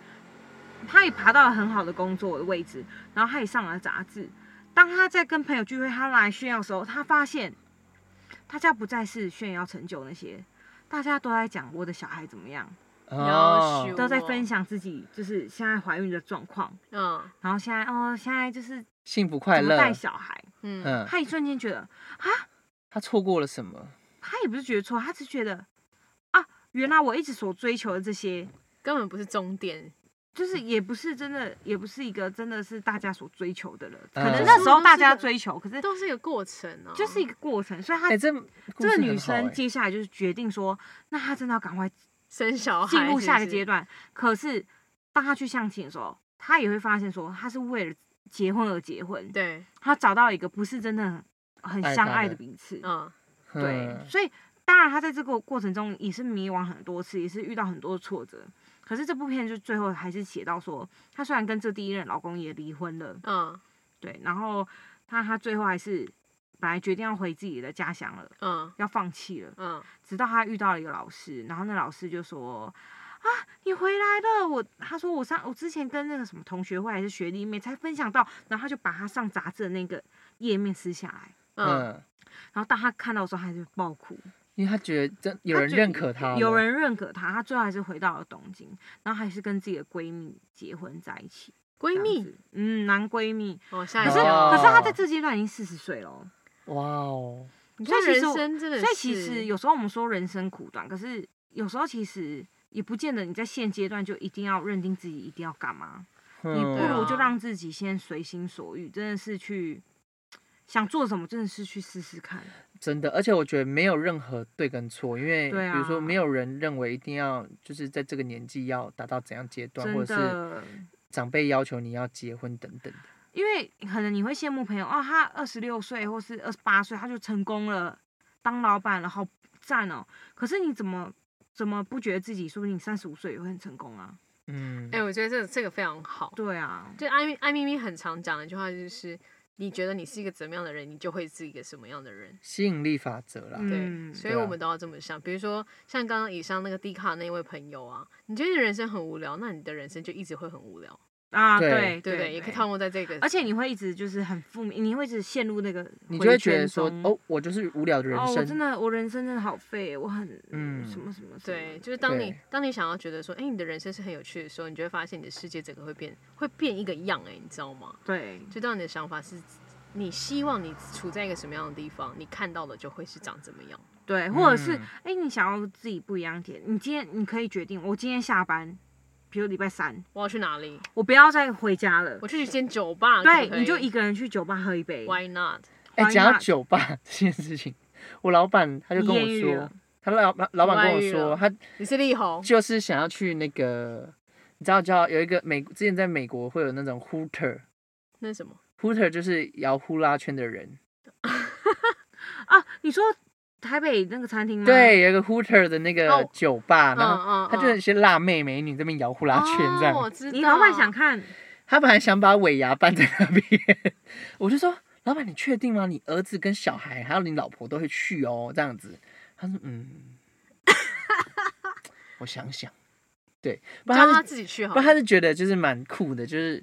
[SPEAKER 5] 他也爬到了很好的工作的位置，然后他也上了杂志。当他在跟朋友聚会，他来炫耀的时候，他发现大家不再是炫耀成就那些，大家都在讲我的小孩怎么样，
[SPEAKER 6] 哦
[SPEAKER 7] 要修
[SPEAKER 5] 都在分享自己就是现在怀孕的状况，
[SPEAKER 7] 嗯
[SPEAKER 5] 然后现在哦，现在就是
[SPEAKER 6] 幸福快
[SPEAKER 5] 怎么
[SPEAKER 6] 乐，
[SPEAKER 5] 带小孩，
[SPEAKER 7] 嗯
[SPEAKER 6] 嗯，
[SPEAKER 5] 他一瞬间觉得，啊
[SPEAKER 6] 他错过了什么？
[SPEAKER 5] 他也不是觉得错，他只觉得啊，原来我一直所追求的这些，
[SPEAKER 7] 根本不是终点，
[SPEAKER 5] 就是也不是真的，也不是一个真的是大家所追求的了。可
[SPEAKER 6] 嗯
[SPEAKER 5] 能那时候大家追求，可是
[SPEAKER 7] 都是一个过程啊，
[SPEAKER 5] 就是一个过程，所以他
[SPEAKER 6] 哎、这
[SPEAKER 5] 这
[SPEAKER 6] 故
[SPEAKER 5] 个
[SPEAKER 6] 事
[SPEAKER 5] 女
[SPEAKER 6] 很好
[SPEAKER 5] 生
[SPEAKER 6] 哎
[SPEAKER 5] 接下来就是决定说，那她真的要赶快
[SPEAKER 7] 生小孩
[SPEAKER 5] 进入下一个
[SPEAKER 7] 是不是
[SPEAKER 5] 阶段。可是当她去相亲的时候，她也会发现说，她是为了结婚而结婚，
[SPEAKER 7] 对，
[SPEAKER 5] 她找到一个不是真的很很
[SPEAKER 6] 爱
[SPEAKER 5] 相
[SPEAKER 6] 她
[SPEAKER 5] 爱
[SPEAKER 6] 的
[SPEAKER 5] 的彼此。
[SPEAKER 7] 嗯
[SPEAKER 5] 对
[SPEAKER 6] 嗯，
[SPEAKER 5] 所以当然他在这个过程中也是迷惘很多次，也是遇到很多挫折。可是这部片就最后还是写到说，她虽然跟这第一任老公也离婚了，
[SPEAKER 7] 嗯
[SPEAKER 5] 对，然后她她最后还是本来决定要回自己的家乡了，
[SPEAKER 7] 嗯
[SPEAKER 5] 要放弃了，
[SPEAKER 7] 嗯
[SPEAKER 5] 直到她遇到了一个老师，然后那老师就说。啊，你回来了！我她说我上我之前跟那个什么同学会还是学弟妹才分享到，然后她就把她上杂志的那个页面撕下来，
[SPEAKER 7] 嗯，
[SPEAKER 6] 嗯，
[SPEAKER 5] 然后当她看到的时候，她还是爆哭。
[SPEAKER 6] 因为他觉得真有
[SPEAKER 5] 他
[SPEAKER 6] 人
[SPEAKER 5] 觉
[SPEAKER 6] 认可他了，
[SPEAKER 5] 有人认可她，她最后还是回到了东京，然后还是跟自己的闺蜜结婚在一起。这
[SPEAKER 7] 闺
[SPEAKER 5] 样
[SPEAKER 7] 蜜
[SPEAKER 5] 子，嗯，男闺蜜。
[SPEAKER 7] 哦，下
[SPEAKER 5] 可
[SPEAKER 7] 一
[SPEAKER 5] 是，
[SPEAKER 7] 个
[SPEAKER 5] 可是她在
[SPEAKER 6] 哦
[SPEAKER 5] 这阶段已经四十岁了哦，
[SPEAKER 6] 哇哦，
[SPEAKER 7] 你
[SPEAKER 5] 所以
[SPEAKER 7] 这
[SPEAKER 5] 其
[SPEAKER 7] 人
[SPEAKER 5] 实我
[SPEAKER 7] 生真的
[SPEAKER 5] 所
[SPEAKER 7] 是，
[SPEAKER 5] 以其实有时候我们说人生苦短，可是有时候其实也不见得你在现阶段就一定要认定自己一定要干嘛，你
[SPEAKER 6] 嗯
[SPEAKER 5] 不如就
[SPEAKER 7] 对啊
[SPEAKER 5] 让自己先随心所欲，真的是去想做什么，真的是去试试看。
[SPEAKER 6] 真的，而且我觉得没有任何对跟错，因为
[SPEAKER 5] 对啊
[SPEAKER 6] 比如说没有人认为一定要就是在这个年纪要达到怎样阶段，啊或
[SPEAKER 5] 真
[SPEAKER 6] 者是
[SPEAKER 5] 的，
[SPEAKER 6] 长辈要求你要结婚等等的。
[SPEAKER 5] 因为可能你会羡慕朋友哦，他二十六岁或是二十八岁他就成功了，当老板了，好赞哦。可是你怎么怎么不觉得自己，说不定你三十五岁也会很成功啊？
[SPEAKER 6] 嗯，
[SPEAKER 7] 哎，我觉得这个这个非常好，
[SPEAKER 5] 对啊，
[SPEAKER 7] 就艾米艾咪咪很常讲的一句话就是，你觉得你是一个怎么样的人，你就会是一个什么样的人。
[SPEAKER 6] 吸引力法则啦，
[SPEAKER 5] 嗯
[SPEAKER 7] 对，所以
[SPEAKER 6] 对啊
[SPEAKER 7] 我们都要这么想。比如说，像刚刚以上那个迪卡那位朋友啊，你觉得人生很无聊，那你的人生就一直会很无聊，
[SPEAKER 5] 啊，
[SPEAKER 6] 对
[SPEAKER 5] 对
[SPEAKER 7] 对不对？也可以套用在这个，
[SPEAKER 5] 而且你会一直就是很负面，你会一直陷入那个
[SPEAKER 6] 你就会
[SPEAKER 5] 回
[SPEAKER 6] 觉
[SPEAKER 5] 圈
[SPEAKER 6] 得说
[SPEAKER 5] 中，
[SPEAKER 6] 哦，我就是无聊的人
[SPEAKER 5] 哦，我真
[SPEAKER 6] 生，
[SPEAKER 5] 的我人生真的好废，我很
[SPEAKER 6] 嗯
[SPEAKER 5] 嗯什么什么什么
[SPEAKER 7] 对，就是当你
[SPEAKER 6] 对
[SPEAKER 7] 当你想要觉得说，哎，你的人生是很有趣的时候，你就会发现你的世界整个会变，会变一个样，哎，你知道吗？
[SPEAKER 5] 对
[SPEAKER 7] 就当你的想法是，你希望你处在一个什么样的地方，你看到的就会是长怎么样。
[SPEAKER 5] 对，或者是
[SPEAKER 6] 嗯
[SPEAKER 5] 哎、你想要自己不一样一点，你今天你可以决定，我今天下班，比如礼拜三，
[SPEAKER 7] 我要去哪里？
[SPEAKER 5] 我不要再回家了
[SPEAKER 7] 我。去一间酒吧，可
[SPEAKER 5] 对，
[SPEAKER 7] 不可
[SPEAKER 5] 你就
[SPEAKER 7] 以
[SPEAKER 5] 一个人去酒吧喝一杯。
[SPEAKER 7] Why not？
[SPEAKER 6] 哎、
[SPEAKER 5] why
[SPEAKER 6] 讲到
[SPEAKER 5] not？
[SPEAKER 6] 酒吧 [LAUGHS] 这件事情，我老板他就跟我
[SPEAKER 5] 你艳遇
[SPEAKER 6] 说
[SPEAKER 5] 了，
[SPEAKER 6] 他老板老板跟我
[SPEAKER 7] 外遇
[SPEAKER 6] 说，
[SPEAKER 5] 哦
[SPEAKER 7] 了
[SPEAKER 6] 他
[SPEAKER 7] 你是力宏，
[SPEAKER 6] 就是想要去那个，你知道叫有一个美，之前在美国会有那种 hooter。
[SPEAKER 7] 那是什么？
[SPEAKER 6] Hooter 就是摇呼啦圈的人，
[SPEAKER 5] 啊，你说台北那个餐厅吗？，
[SPEAKER 6] 对，有一个 Hooter 的那个
[SPEAKER 7] 哦
[SPEAKER 6] 酒吧，然后
[SPEAKER 7] 嗯嗯，
[SPEAKER 6] 他就有一些辣妹美女这边摇呼啦圈这
[SPEAKER 7] 哦、我
[SPEAKER 6] 样。
[SPEAKER 7] 知道。
[SPEAKER 5] 你老板想看，
[SPEAKER 6] 他本来想把尾牙办在那边， [LAUGHS] 我就说老板，你确定吗？你儿子跟小孩还有你老婆都会去哦，这样子。他说嗯， [LAUGHS] 我想想，对，不然
[SPEAKER 7] 叫
[SPEAKER 6] 他
[SPEAKER 7] 他
[SPEAKER 6] 是
[SPEAKER 7] 自己去好
[SPEAKER 6] 不
[SPEAKER 7] 了，
[SPEAKER 6] 然他是觉得就是蛮酷的，就是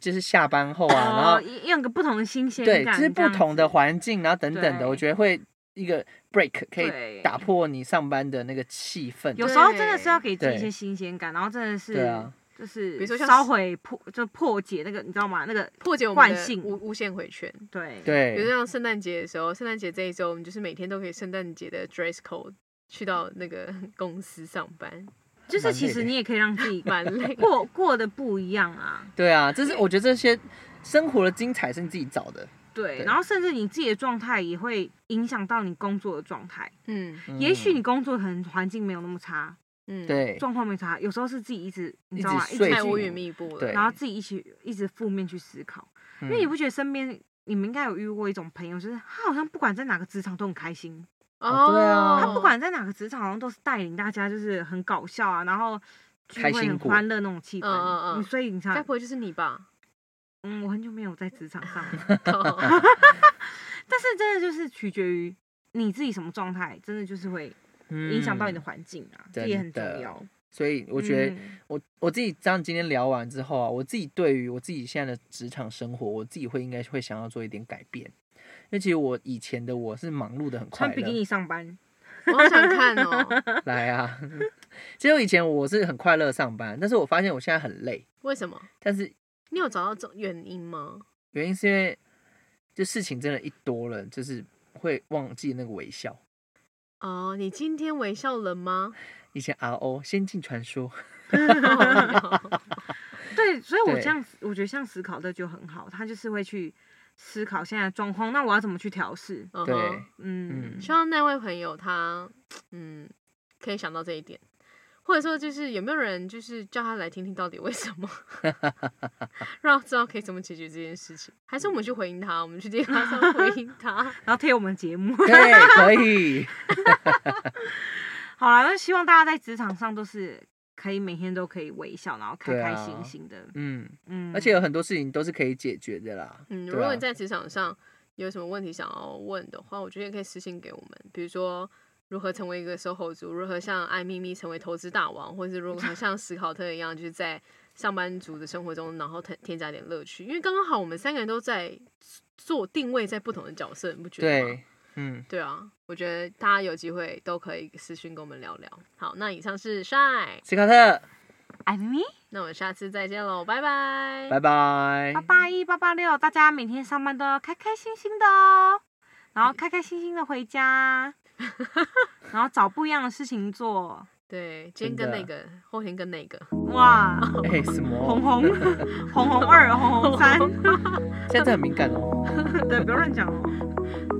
[SPEAKER 6] 就是下班后啊，然
[SPEAKER 5] 哦
[SPEAKER 6] 后，
[SPEAKER 5] 用个不同的新鲜
[SPEAKER 6] 对，
[SPEAKER 5] 感
[SPEAKER 6] 就是
[SPEAKER 5] 这
[SPEAKER 6] 不
[SPEAKER 5] 样
[SPEAKER 6] 同的
[SPEAKER 5] 子
[SPEAKER 6] 环境，然后等等的，
[SPEAKER 5] 对
[SPEAKER 6] 我觉得会一个 break 可以
[SPEAKER 5] 对
[SPEAKER 6] 打破你上班的那个气氛。
[SPEAKER 5] 有时候真的是要
[SPEAKER 7] 对
[SPEAKER 5] 给自己一
[SPEAKER 6] 对
[SPEAKER 5] 些新鲜感，然后真的是，
[SPEAKER 6] 对啊
[SPEAKER 5] 就是
[SPEAKER 7] 比如说像
[SPEAKER 5] 烧
[SPEAKER 7] 是
[SPEAKER 5] 毁破就破解那个，你知道吗？那个
[SPEAKER 7] 破解我们
[SPEAKER 5] 惯
[SPEAKER 7] 的
[SPEAKER 5] 性
[SPEAKER 7] 无无限回圈。
[SPEAKER 5] 对
[SPEAKER 7] 比如
[SPEAKER 6] 对，
[SPEAKER 7] 像圣诞节的时候，圣诞节这一周，我们就是每天都可以圣诞节的 dress code 去到那个 [LAUGHS] 公司上班，
[SPEAKER 5] 就是
[SPEAKER 6] 蛮
[SPEAKER 5] 其
[SPEAKER 6] 累
[SPEAKER 5] 实
[SPEAKER 6] 的
[SPEAKER 5] 你也可以让自己
[SPEAKER 7] 蛮
[SPEAKER 6] [LAUGHS]
[SPEAKER 7] 累的。
[SPEAKER 5] 过过得不一样啊，
[SPEAKER 6] 对啊，这是我觉得这些生活的精彩是你自己找的。
[SPEAKER 5] 对，
[SPEAKER 6] 对
[SPEAKER 5] 然后甚至你自己的状态也会影响到你工作的状态。
[SPEAKER 7] 嗯
[SPEAKER 5] 也许
[SPEAKER 6] 嗯
[SPEAKER 5] 你工作可能环境没有那么差，
[SPEAKER 7] 嗯，，
[SPEAKER 6] 对
[SPEAKER 5] 状况没差，有时候是自己一直你
[SPEAKER 6] 一
[SPEAKER 5] 知道
[SPEAKER 6] 直
[SPEAKER 5] 吗？一
[SPEAKER 6] 睡
[SPEAKER 5] 直
[SPEAKER 7] 太
[SPEAKER 6] 醒
[SPEAKER 7] 无
[SPEAKER 5] 去
[SPEAKER 7] 语密布了。
[SPEAKER 6] 对
[SPEAKER 5] 然后自己一起一直负面去思考，因为你
[SPEAKER 6] 嗯
[SPEAKER 5] 不觉得身边你们应该有遇过一种朋友，就是他好像不管在哪个职场都很开心，
[SPEAKER 6] 哦对啊
[SPEAKER 5] 他不管在哪个职场好像都是带领大家就是很搞笑啊，然后聚
[SPEAKER 6] 开
[SPEAKER 5] 会
[SPEAKER 6] 心
[SPEAKER 5] 很
[SPEAKER 6] 果
[SPEAKER 5] 欢乐那种气氛。
[SPEAKER 7] 嗯嗯嗯
[SPEAKER 5] 你所以你
[SPEAKER 7] 该
[SPEAKER 5] 看，
[SPEAKER 7] 不会就是你
[SPEAKER 6] [LAUGHS]
[SPEAKER 7] 吧？
[SPEAKER 5] 嗯，我很久没有在职场上了，
[SPEAKER 7] 哦
[SPEAKER 5] 但是真的就是取决于你自己什么状态，真的就是会影响到你的
[SPEAKER 6] 嗯
[SPEAKER 5] 环境啊，
[SPEAKER 6] 真
[SPEAKER 5] 这也很重
[SPEAKER 6] 的
[SPEAKER 5] 要。
[SPEAKER 6] 所以我觉得
[SPEAKER 5] 嗯
[SPEAKER 6] 我我自己这样今天聊完之后啊，我自己对于我自己现在的职场生活，我自己会应该会想要做一点改变。因为其实我以前的我是忙碌的很快
[SPEAKER 5] 穿比基
[SPEAKER 6] 乐，
[SPEAKER 5] 尼上班，
[SPEAKER 7] 我好想看哦，
[SPEAKER 6] 来啊， [LAUGHS] 其实我以前我是很快乐上班，但是我发现我现在很累，
[SPEAKER 7] 为什么？
[SPEAKER 6] 但是
[SPEAKER 7] 你有找到这原因吗？
[SPEAKER 6] 原因是因为就事情真的，一多了就是会忘记那个微笑。
[SPEAKER 7] 哦、你今天微笑了吗？ [LAUGHS]
[SPEAKER 6] 以前 RO《仙境传说》
[SPEAKER 5] 对，所以我
[SPEAKER 6] 对
[SPEAKER 5] 这样思，我觉得像思考的就很好，他就是会去思考现在的状况，那我要怎么去调试？
[SPEAKER 7] 嗯哼
[SPEAKER 6] 对，
[SPEAKER 5] 嗯
[SPEAKER 6] 嗯，
[SPEAKER 7] 希望那位朋友他，嗯，可以想到这一点，或者说就是有没有人就是叫他来听听到底为什么， [LAUGHS] 让他知道可以怎么解决这件事情，还是我们去回应他，我们去电话上回应他。
[SPEAKER 5] 然后贴我们节目。 [LAUGHS]
[SPEAKER 6] 对，可 [LAUGHS] 以，嗯
[SPEAKER 5] 好啦，那希望大家在职场上都是可以每天都可以微笑，然后开
[SPEAKER 6] 对
[SPEAKER 5] 开
[SPEAKER 6] 啊
[SPEAKER 5] 心心的。
[SPEAKER 6] 嗯，
[SPEAKER 5] 嗯，
[SPEAKER 6] 而且有很多事情都是可以解决的啦。
[SPEAKER 7] 嗯，
[SPEAKER 6] 对
[SPEAKER 7] 如果
[SPEAKER 6] 啊
[SPEAKER 7] 你在职场上有什么问题想要问的话，我觉得也可以私信给我们，比如说如何成为一个售后族，如何像艾咪咪成为投资大王，或者是如何像史考特一样，就是在上班族的生活中，然后添添加点乐趣。因为刚刚好我们三个人都在做定位在不同的角色，你不觉得吗？
[SPEAKER 6] 对，嗯，
[SPEAKER 7] 对啊，我觉得大家有机会都可以私信跟我们聊聊。好，那以上是 Shy，
[SPEAKER 6] 斯卡特，
[SPEAKER 5] 艾咪咪
[SPEAKER 7] 那我们下次再见喽，拜拜，
[SPEAKER 6] 拜拜
[SPEAKER 5] 八。八一八八六，大家每天上班都要开开心心的哦，然后开开心心的回家，然后找不一样的事情做。
[SPEAKER 7] 对，今天
[SPEAKER 6] 真
[SPEAKER 7] 跟
[SPEAKER 6] 的
[SPEAKER 7] 那个，后天跟那个，
[SPEAKER 5] 哇，
[SPEAKER 6] 哎，什
[SPEAKER 5] 红
[SPEAKER 6] 么？ [LAUGHS]
[SPEAKER 5] 红红红二，红红三， [LAUGHS]
[SPEAKER 6] 现在很敏感哦。
[SPEAKER 5] 对，不要乱讲哦。